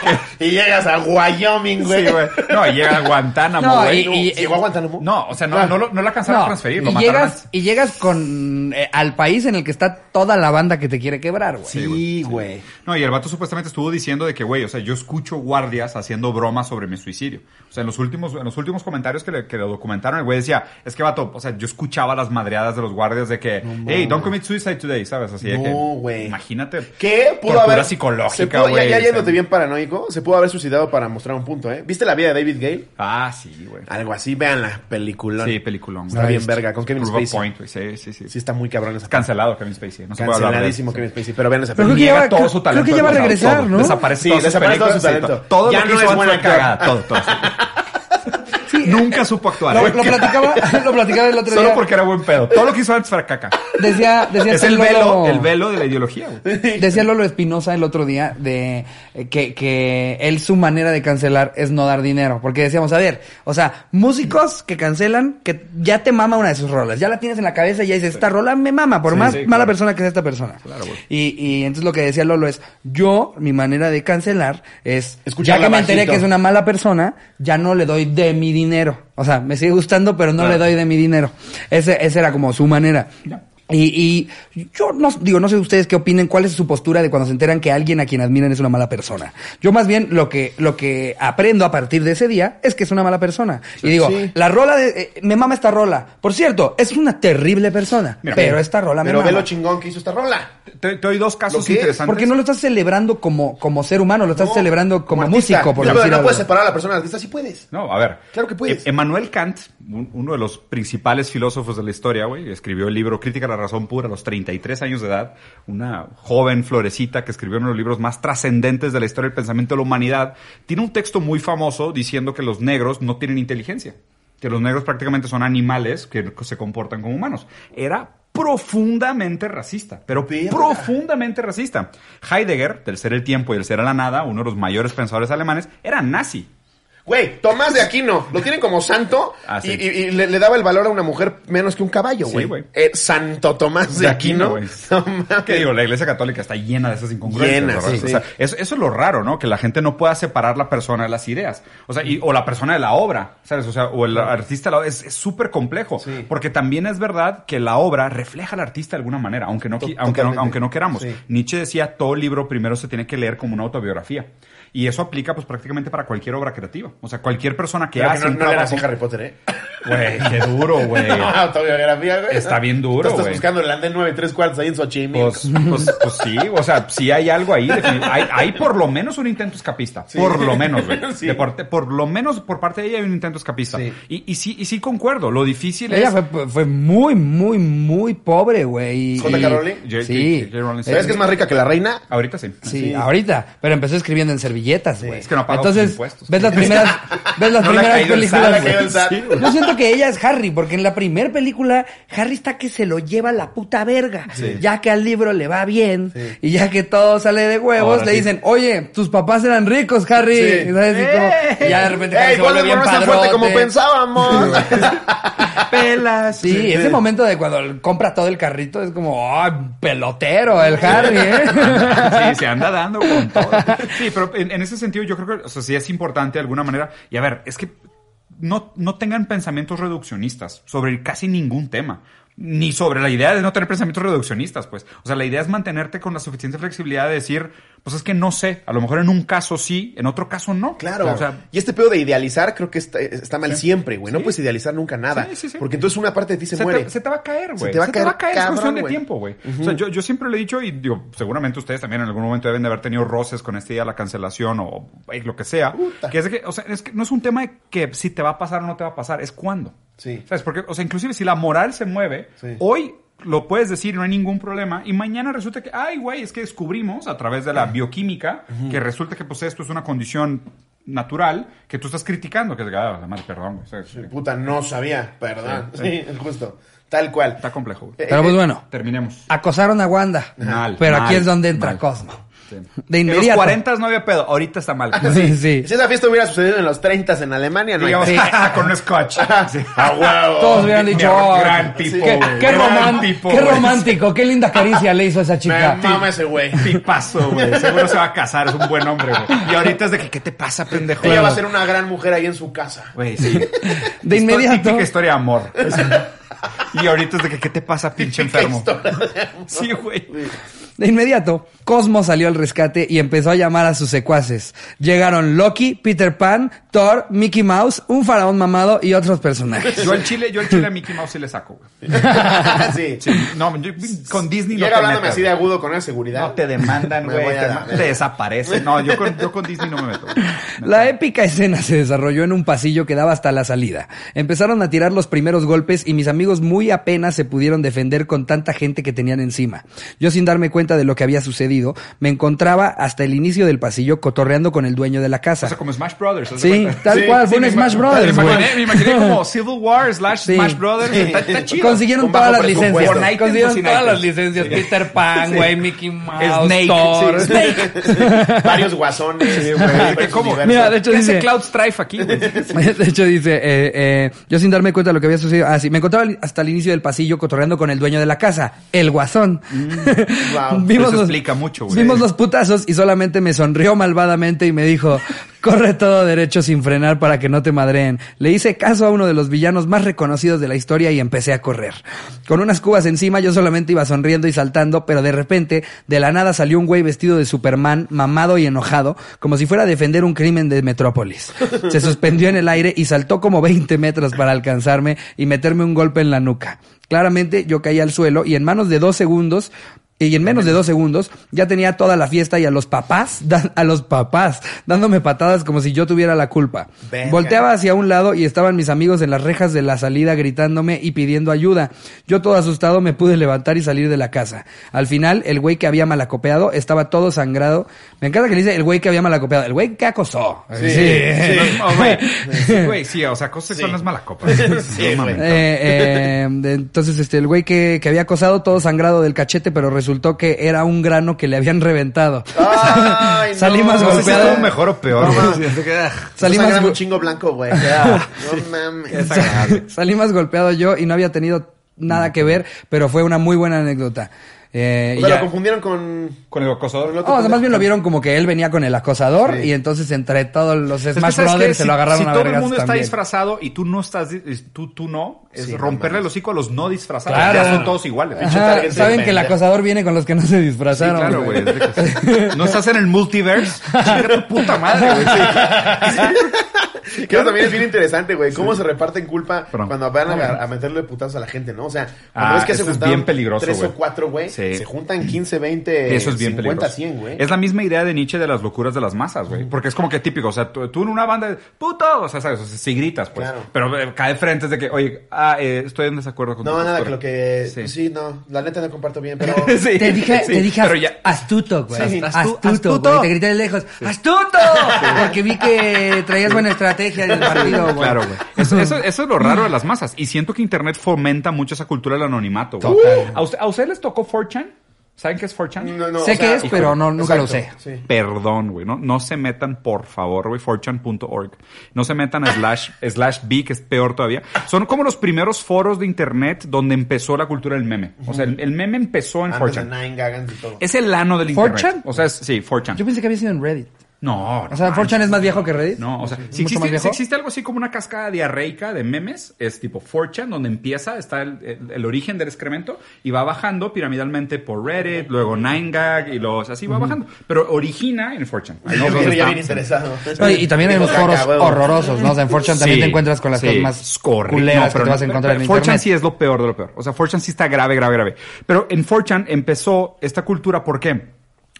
y llegas a Wyoming, güey.
sí, güey. No, y llega a Guantánamo,
No,
güey.
y- y-
¿Llegó a Guantánamo?
No, o sea, no,
Ah.
no, lo, no la alcanzaron a
No,
transferir. Lo
y
mandaron
llegas, y llegas con eh, al país en el que está toda la banda que te quiere quebrar, güey.
Sí, güey.
a- No, y el vato supuestamente estuvo diciendo de que, güey, o sea, yo escucho guardias haciendo bromas sobre mi suicidio. O sea, en los últimos, en los últimos comentarios que le, que le documentaron, el güey decía, es que vato, o sea, yo escuchaba las madreadas de los guardias de que, hey, don't commit suicide today, ¿sabes? Así de que.
No, güey.
Imagínate.
¿Qué? Pudo
tortura
haber. se
psicológica,
pudo-
güey. este.
Ya, ya
o sea.
yéndote bien paranoico, se pudo haber suicidado para mostrar un punto, ¿eh? ¿Viste la vida de David Gale?
Ah, sí, güey.
Algo así, vean la película.
Sí, peliculón.
Está
güey.
bien verga, con Kevin
Proof of
Spacey.
Point, güey. Sí, sí, sí.
Sí, está muy cabrón esa
Cancelado Kevin Spacey. No se puede hablar de él.
Canceladísimo Kevin Spacey, pero vean esa
Pero
película.
que ya
Niega
va-
todo
creo- creo
su talento.
que ya va a
todo,
regresar,
todo.
¿no?
Desaparece
Sí,
todo su
desaparece todo su talento.
Todo
Ya
lo que
no
hizo
es
antes
buen
fue
actor.
cagada. Todo, todo. Nunca supo actuar.
eh, Lo, lo platicaba, lo platicaba el otro
Solo
día.
porque era buen pedo. Todo lo que hizo antes fue caca.
Decía, decía este
Es el
Lolo-
velo, el velo de la ideología. güey.
Decía Lolo Espinosa el otro día de eh, que, que él su manera de cancelar es no dar dinero. Porque decíamos, a ver, o sea, músicos que cancelan, que ya te mama una de sus rolas, ya la tienes en la cabeza y ya dices, esta rola me mama, por
Sí,
más
sí,
mala
claro.
persona que sea esta persona.
güey.
y, y entonces lo que decía Lolo es, yo, mi manera de cancelar es,
Escucharla
ya que me enteré
bajito.
que es una mala persona, ya no le doy de mi dinero. O sea, me sigue gustando, pero no le doy de mi dinero. Ese, esa era como su manera. Y, y yo no digo, no sé ustedes qué opinen, cuál es su postura de cuando se enteran que alguien a quien admiran es una mala persona. Yo más bien lo que, lo que aprendo a partir de ese día es que es una mala persona. y digo,
sí.
la rola de, eh, me mama esta rola. Por cierto, es una terrible persona,
Mira,
pero esta rola me
Pero ve
mama.
lo chingón que hizo esta rola.
Te, te doy dos casos
¿Lo qué?
interesantes.
Porque no lo estás celebrando como, como ser humano, lo estás
No,
celebrando como,
artista.
músico, por
No,
decir
pero no
algo.
puedes separar a la persona del artista, sí puedes.
No, a ver.
Claro que puedes.
E- Emmanuel Kant, un- uno de los principales filósofos de la historia, güey, escribió el libro Crítica a la razón pura a los 33 años de edad. Una joven florecita que escribió uno de los libros más trascendentes de la historia del pensamiento de la humanidad. Tiene un texto muy famoso diciendo que los negros no tienen inteligencia. Que los negros prácticamente son animales que se comportan como humanos. Era profundamente racista, pero
Verga.
profundamente racista. Heidegger, del ser el tiempo y el ser a la nada, uno de los mayores pensadores alemanes, era nazi.
Güey, Tomás de Aquino, lo tienen como santo
Ah, sí.
y, y- y le, le daba el valor a una mujer menos que un caballo,
Sí,
güey.
güey.
Eh, santo Tomás Pues de Aquino.
güey.
No mames.
¿Qué digo? La iglesia católica está llena de esas incongruencias.
Llena,
¿verdad?
sí,
O sea,
sí.
eso, eso es lo raro, ¿no? Que la gente no pueda separar la persona de las ideas. O sea, y- o la persona de la obra, ¿sabes? O sea, o el artista de la obra. Es es súper complejo. Porque también es verdad que la obra refleja al artista de alguna manera, aunque no, qui-
To-
aunque no,
totalmente.
aunque no queramos.
Sí.
Nietzsche decía, todo libro primero se tiene que leer como una autobiografía. Y eso aplica pues prácticamente para cualquier obra creativa. O sea, cualquier persona que
Pero que
hace
no, no
un
le era
trabajo-
así Harry Potter, ¿eh?
Güey, qué duro, güey.
No, autobiografía, güey.
Está bien duro,
Tú estás
güey.
buscando el andén 9 3 cuartos ahí en Xochimilco.
Pues, pues, pues sí, o sea, sí hay algo ahí. defini- Hay, hay por lo menos un intento escapista. Por lo menos, güey.
Sí.
De parte- por lo menos por parte de ella hay un intento escapista.
Sí.
Y, y sí, y sí concuerdo. Lo difícil
Ella
es.
fue, fue muy, muy, muy pobre, güey. y-
J.K. Rowling.
J-
Sí. Eh,
J- J- Rowling, sí.
¿Sabes que es más rica que la reina?
Ahorita sí.
Sí, ahorita. Pero empezó escribiendo en servilletas, güey.
Es que no ha pagado
Entonces,
sus impuestos.
ves las primeras, ves las
No le ha
primeras
caído el
Ah, la
películas.
que
güey.
el SAT.
Sí,
Yo siento que ella es Harry, porque en la primera película Harry está que se lo lleva la puta verga. Ya que al libro le va bien y ya que todo sale de huevos,
Ahora
le
sí.
dicen, oye, tus papás eran ricos, Harry.
Sí.
Y ¿sabes? Y como- y ya de repente Harry
¡Ey,
se vuelve
Voldemort
bien
no es tan fuerte como
padrote.
pensábamos!
Pelas.
Sí, ese momento de cuando compra todo el carrito es como, ¡ay, pelotero el Harry, eh!
Sí, se anda dando con todo. Sí, pero en, en ese sentido yo creo que, o sea, sí es importante de alguna manera. Y a ver, es que no, no tengan pensamientos reduccionistas sobre casi ningún tema. ni sobre la idea de no tener pensamientos reduccionistas, pues. O sea, la idea es mantenerte con la suficiente flexibilidad de decir, pues es que no sé, a lo mejor en un caso sí, en otro caso no.
Claro.
O sea,
y este pedo de idealizar creo que está, está mal siempre, güey. No puedes idealizar nunca nada.
Sí, sí, sí.
Porque entonces una parte de ti se,
se
muere.
te, se te va a caer, güey.
Se te va a caer,
es
cabrón,
cuestión de
güey.
tiempo, güey. O sea, yo, yo siempre lo he dicho y digo, seguramente ustedes también en algún momento deben de haber tenido roces con este día de la cancelación o güey, lo que sea.
Puta.
Que es de que, o sea, es que no es un tema de que si te va a pasar o no te va a pasar, es cuándo.
Sí.
¿Sabes? Porque, o sea, inclusive si la moral se mueve,
Sí.
hoy lo puedes decir, no hay ningún problema, y mañana resulta que, ay, güey, es que descubrimos a través de la bioquímica que resulta que pues esto es una condición natural que tú estás criticando, que es, ah, la madre, perdón, güey. ¿sabes?
Puta, no sabía. Perdón.
Sí,
Sí, justo. Tal cual.
Está complejo, güey.
Eh,
Pero pues bueno,
Terminemos.
acosaron a Wanda.
Mal,
pero aquí
mal,
es donde entra
mal.
Cosmo.
Sí.
De
En los
inmediato.
40 no había pedo, ahorita está mal.
Sí, sí.
Si esa fiesta hubiera sucedido en los 30 en Alemania, no hay
Digamos, con un scotch. Sí.
¡A huevo!
Todos hubieran
Mi
dicho,
gran
"Oh,
tipo,
qué,
güey,
qué
gran
román-
tipo,
qué
güey".
romántico, qué linda caricia le hizo a esa
Me
chica.
mama ese güey.
Tipazo, güey. Seguro se va a casar, es un buen hombre, güey. Y ahorita es de que, ¿qué te pasa, pendejo?
Ella va a ser una gran mujer ahí en su casa.
Güey, sí.
De
Histo-
inmediato.
Típica historia de amor. Y ahorita es de que, ¿qué te pasa, pinche enfermo? Sí, güey.
De inmediato, Cosmo salió al rescate y empezó a llamar a sus secuaces. Llegaron Loki, Peter Pan, Thor, Mickey Mouse, un faraón mamado y otros personajes.
Yo al chile, yo al chile a Mickey Mouse sí le saco, güey.
sí.
Sí, No, yo- con Disney no
Llega
te
hablándome
metas,
así de
güey.
agudo con una seguridad.
No te demandan,
Me
güey.
voy a
Te,
la-
te desaparecen. No, yo con, yo con Disney no me meto. güey.
La épica escena se desarrolló en un pasillo que daba hasta la salida. Empezaron a tirar los primeros golpes y mis amigos muy apenas se pudieron defender con tanta gente que tenían encima. Yo sin darme cuenta de lo que había sucedido, me encontraba hasta el inicio del pasillo cotorreando con el dueño de la casa.
O sea, como Smash Brothers. ¿te das
Sí,
cuenta?
tal
Sí,
cual,
Pues, Sí,
fue
me
un Smash
ima-
Brothers,
Me
güey.
imaginé, me imaginé como Civil War slash
Sí.
Smash Brothers. Está, está chido.
Consiguieron
Con
todas
bajo
las
presupuesto.
licencias.
Fortnite,
Consiguieron
sí,
todas
Fortnite.
las licencias. Peter Pan, güey, Mickey Mouse,
Snake,
Thor.
sí.
Snake.
Varios guasones.
¿Qué,
varios
cómo?
universos.
Mira, de hecho
¿Qué hace
dice...
Cloud Strife aquí? güey?
De hecho dice, eh, eh, yo sin darme cuenta de lo que había sucedido, ah, sí, me encontraba hasta el inicio del pasillo cotorreando con el dueño de la casa, el guasón.
Wow.
Eso explica mucho, güey.
Vimos los putazos y solamente me sonrió malvadamente y me dijo, corre todo derecho sin frenar para que no te madreen. Le hice caso a uno de los villanos más reconocidos de la historia y empecé a correr. Con unas cubas encima yo solamente iba sonriendo y saltando, pero de repente, de la nada salió un güey vestido de Superman, mamado y enojado, como si fuera a defender un crimen de Metrópolis. Se suspendió en el aire y saltó como 20 metros para alcanzarme y meterme un golpe en la nuca. Claramente yo caí al suelo y en manos de dos segundos y en menos de dos segundos ya tenía toda la fiesta y a los papás, dan- a los papás, dándome patadas como si yo tuviera la culpa.
Verga.
Volteaba hacia un lado y estaban mis amigos en las rejas de la salida gritándome y pidiendo ayuda. Yo todo asustado me pude levantar y salir de la casa. Al final, el güey que había malacopeado estaba todo sangrado. Me encanta que le dice el güey que había malacopeado, el güey que acosó.
Sí,
No,
sí.
no, güey. Sí, Güey, sí, o sea, cosas que son las malas copas.
Sí,
No
güey.
mames.
Eh, eh, de- entonces, este, el güey que, que había acosado todo sangrado del cachete, pero resultó que era un grano que le habían reventado.
Ay, no.
Salí más
No sé si
golpeado.
estuvo mejor o peor,
No,
güey.
mames.
Sí, es de que, ah,
Salí
Salí
más
un
gu-
chingo blanco, güey. No mames.
Salí más golpeado yo y no había tenido nada que ver, pero fue una muy buena anécdota. Eh,
O
y
sea,
ya-
lo confundieron con...
Con el acosador.
con el otro
Oh, o sea, más
pendejo.
bien lo vieron como que él venía con el acosador y entonces entre todos los
Es que,
Smash
¿sabes qué?
Brothers se
Si-
lo agarraron
si
a
todo el
vergazos
mundo está
también.
disfrazado y tú no estás, dis- tú, tú no, es
Sí, no
romperle
mames.
el hocico a los no disfrazados.
Claro.
Ya son todos iguales.
Ajá,
Pinche
target de
Saben que el
pendejo.
acosador viene con los que no se
Sí,
disfrazaron.
claro,
güey.
güey. es de que- No estás en el multiverse. Chinga tu puta madre, güey.
Que eso también es bien interesante, güey. Cómo se reparten culpa
Pero-
cuando van a, a meterle putazos a la gente, ¿no? O sea, cuando
Ah,
es que se
eso es
juntaron
bien peligroso,
tres
güey.
o cuatro, güey,
Sí.
se juntan 15, 20,
Eso es bien
50,
peligroso.
100, güey.
Es la misma idea de Nietzsche de las locuras de las masas, güey. Porque es como que típico, o sea, tú, tú en una banda, de, puto, o sea, sabes, o sea, si gritas, pues.
Claro.
Pero eh, cae de frente es de que, oye, ah, eh, estoy en desacuerdo con tu
No, nada,
postura.
que lo que...
Sí.
Sí. no. La neta no comparto bien, pero...
Sí,
Te dije,
sí,
te dije
pero
as-
ya-
astuto, güey.
Sí,
astuto,
astu-
güey.
astuto.
Te grité de lejos, ¡astuto! Porque vi que traías buena estrategia del partido, güey.
Claro, güey. Eso, eso- eso es lo raro de las masas. Y siento que Internet fomenta mucho esa cultura del anonimato, güey. ¿A, usted- a ustedes les tocó 4chan? ¿Saben qué es 4chan?
No, no,
Sé
o
que
sea,
es, pero no, nunca lo usé.
Sí.
Perdón, güey. No, no se metan, por favor, güey. 4chan.org. No se metan a slash, slash B, que es peor todavía. Son como los primeros foros de internet donde empezó la cultura del meme. O sea, el, el meme empezó en
Antes de
4chan.
Nine Gagans y todo.
Es el ano del internet.
4chan?
O sea, es- sí, 4chan.
Yo pensé que había sido en Reddit.
No.
O sea,
no
Forchan
manches.
es más viejo que Reddit.
No, o sea,
¿Es
si
mucho más
existe,
viejo?
si existe algo así como una cascada diarreica de memes, es tipo 4chan, donde empieza, está el, el- el origen del excremento y va bajando piramidalmente por Reddit, luego 9gag y los así va bajando. Pero origina en 4chan. Ahí nos-
Nosotros ya
está-
bien interesado.
No, y, y también hay
Digo,
unos
caca,
foros
huevo.
horrorosos, ¿no? O sea, en Forchan también
Sí,
te encuentras con las
sí,
cosas más
es correcto.
culeras
No, pero
que te vas a
no,
encontrar en
pero 4chan
internet.
sí es lo peor de lo peor. O sea, 4chan sí está grave, grave, grave. Pero en 4chan empezó esta cultura, ¿por qué?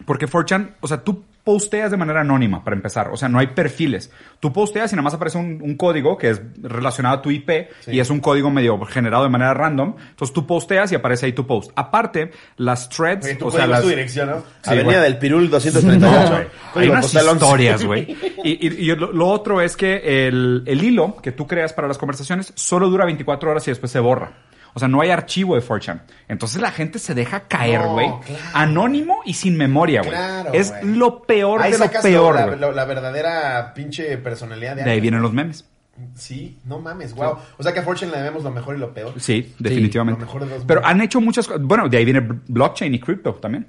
Porque 4chan, o sea, tú posteas de manera anónima para empezar, o sea, no hay perfiles. Tú posteas y nada más aparece un, un código que es relacionado a tu IP y es un código medio generado de manera random. Entonces tú posteas y aparece ahí tu post. Aparte, las threads,
Oye, tú
o sea,
código
las
tu dirección, ¿no?
Sí,
Avenida
güey.
del Pirul
no,
238.
güey. Hay unas
Postal 11.
historias, güey. Y, y- y lo, lo otro es que el, el hilo que tú creas para las conversaciones solo dura 24 horas y después se borra. O sea, no hay archivo de 4chan. Entonces la gente se deja caer,
No,
güey.
claro.
Anónimo y sin memoria, güey.
Claro,
es
güey.
lo peor
Ahí
de lo
sacas
peor,
la,
güey.
la- la verdadera pinche personalidad de
De ahí
alguien.
vienen los memes.
Sí, no mames, wow. O sea que a Fortune le debemos lo mejor y lo peor.
Sí, definitivamente.
lo mejor de los
Pero
mundos.
han hecho muchas cosas. Bueno, de ahí viene bl- blockchain y cripto también.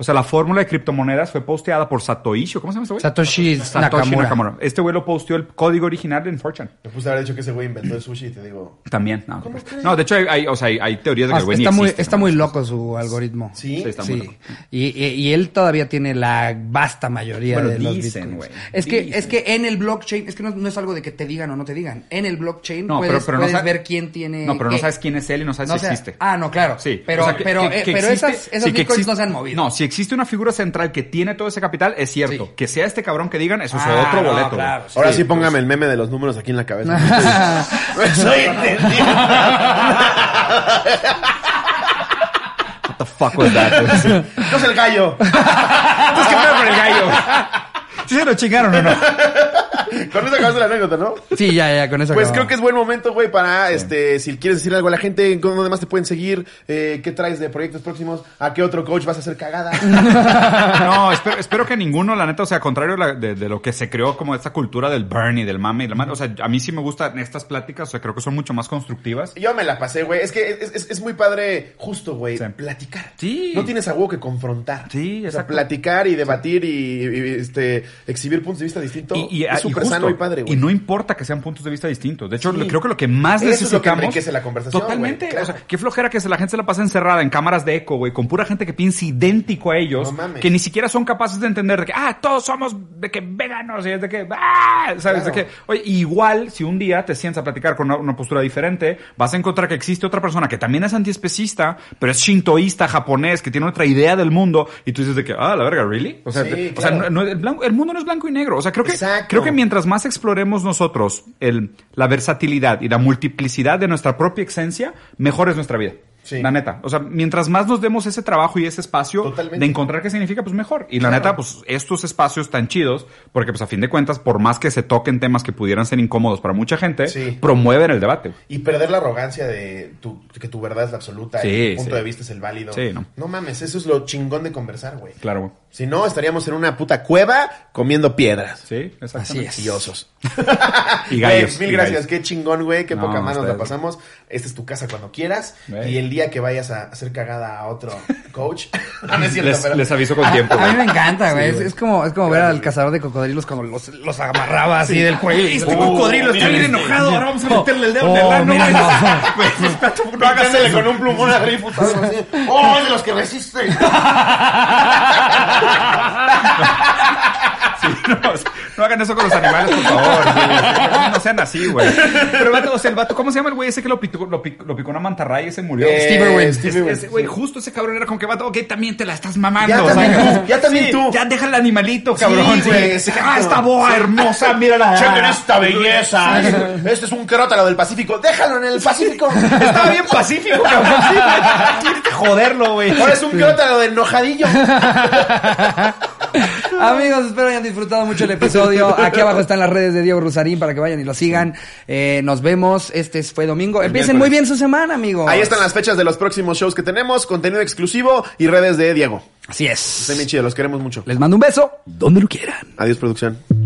O sea, la fórmula de criptomonedas fue posteada por Satoshi. ¿Cómo se llama ese güey?
Satoshi
Satoshi
Nakamura.
Nakamura. Este güey lo posteó el código original en 4chan.
Me puse a haber dicho que ese güey inventó el sushi y te digo.
También, no. pues. No, de hecho hay, hay- o sea, hay, hay teorías de que
Ah,
el güey ni
está muy,
existe,
está
¿no?
muy loco su algoritmo.
Sí.
Sí, está muy
Sí.
loco.
Y, y- y él todavía tiene la vasta mayoría
Bueno,
de los
dicen,
bitcoins.
güey,
Es que,
dicen.
es que en el blockchain, es que no, no es algo de que te digan o no te digan. En el blockchain
No,
puedes,
pero, pero
puedes
no sa-
ver quién tiene.
No, pero no
qué.
sabes quién es él y no sabes
No
si
sé-
existe.
Ah, no, claro.
Sí.
Pero,
o sea, que-
pero,
que-
eh,
que
pero
existe-
esas, esas
sí, que
bitcoins
existe-
no se han movido.
No, si existe una figura central que tiene todo ese capital, es cierto.
Sí.
Que sea este cabrón que digan, eso es
Ah,
otro
no,
boleto. güey.
claro,
Ahora sí, póngame el meme de los números aquí en la cabeza. Soy entendido.
What the fuck was that? güey?
No es el gallo.
Entonces, ¿qué pedo con el gallo? ¿Sí se lo chingaron o no?
Con eso acabaste la anécdota, ¿no?
Sí, ya, ya, con eso.
Pues
acabamos.
creo que es buen momento, güey, para, este, si quieres decir algo a la gente, ¿cómo demás te pueden seguir? Eh, ¿Qué traes de proyectos próximos? ¿A qué otro coach vas a hacer cagada?
No, espero, espero que ninguno, la neta, o sea, contrario a la- de, de lo que se creó como esta cultura del Bernie, del mame y la madre. O sea, a mí sí me gustan estas pláticas, o sea, creo que son mucho más constructivas.
Yo me la pasé, güey. Es que es, es- es muy padre, justo, güey,
Sí.
platicar.
Sí.
No tienes a huevo que confrontar.
Sí,
O sea,
exacto.
platicar y debatir y, y, este, exhibir puntos de vista distintos es
ah,
súper
justo,
sano y padre, güey.
y no importa que sean puntos de vista distintos. De hecho,
Sí.
lo- creo que lo que
Eso
más
es lo que
necesitamos.
enriquece la conversación,
Totalmente.
güey, claro.
O sea, qué flojera que se la gente se la pasa encerrada en cámaras de eco, güey, con pura gente que piensa idéntico a ellos,
No mames.
que ni siquiera son capaces de entender de que, ah, todos somos de que veganos y es de que, ah, sabes, de
Claro.
que, oye, igual si un día te sientas a platicar con una, una postura diferente, vas a encontrar que existe otra persona que también es antiespecista, pero es shintoísta, japonés, que tiene otra idea del mundo y tú dices de que, ah, la verga, ¿really? O sea,
Sí,
te- o sea,
claro.
no- no- el, blanco- el mundo no es blanco y negro. O sea, creo que,
Exacto.
creo que mientras más exploremos nosotros el, la versatilidad y la multiplicidad de nuestra propia esencia, mejor es nuestra vida.
Sí.
La neta. O sea, mientras más nos demos ese trabajo y ese espacio
Totalmente.
de encontrar qué significa, pues mejor. Y la neta, pues estos espacios tan chidos, porque pues a fin de cuentas, por más que se toquen temas que pudieran ser incómodos para mucha gente,
Sí.
promueven el debate.
Y perder la arrogancia de tu- que tu verdad es la absoluta
Sí,
y tu punto
sí.
de vista es el válido.
Sí, no.
mames, eso es lo chingón de conversar, güey.
Claro. güey.
Si no, estaríamos en una puta cueva comiendo piedras.
Sí, exactamente.
Así es.
Y osos.
Y gallos,
Güey, mil
y
gracias.
gallos.
Qué chingón, güey. Qué
No,
poca mano nos la
ustedes.
pasamos. Esta es tu casa cuando quieras.
Güey.
Y el día que vayas a hacer cagada a otro coach. no, no es cierto,
les,
pero-
les aviso con tiempo.
A mí
güey.
me encanta, güey. es, es como, es como ver al cazador de cocodrilos cuando los, los amarraba así del cuello.
Este cocodrilo está bien enojado, ahora vamos a meterle el dedo en el
Oh,
ano.
mira,
güey.
no.
Pues, Güey, espérate, no hagas
Pícasele
eso.
con un plumón a Grifus. algo así. ¡Oh, es de los que resisten!
Sí, no, o sea, no hagan eso con los animales, por favor. sí. no sean así, güey. Pero vato, o sea, el vato, ¿cómo se llama el güey ese que lo picó, lo picó, lo picó una mantarraya y se murió?
Eh,
Steve Irwin.
Es-
Steve Irwin,
ese güey,
sí.
justo ese cabrón era como que vato, ok, también te la estás mamando.
Ya
o sea,
también tú, ya también
sí,
tú.
Ya deja el animalito, cabrón.
güey,
sí.
exacto.
ah, esta boa hermosa, mírala.
¡Chequen esta belleza! Este es un crótalo del Pacífico. ¡Déjalo en el Pacífico!
Estaba bien pacífico, cabrón. Sí, güey. Tienes que joderlo, güey.
Ahora es un crótalo de enojadillo.
Amigos, espero hayan disfrutado mucho el episodio. Aquí abajo están las redes de Diego Rusarín para que vayan y lo sigan. Eh, nos vemos. Este fue domingo. Empiecen muy bien su semana, amigos.
Ahí están las fechas de los próximos shows que tenemos, contenido exclusivo y redes de Diego.
Así es.
Estén bien chidos, los queremos mucho.
Les mando un beso donde lo quieran.
Adiós, producción.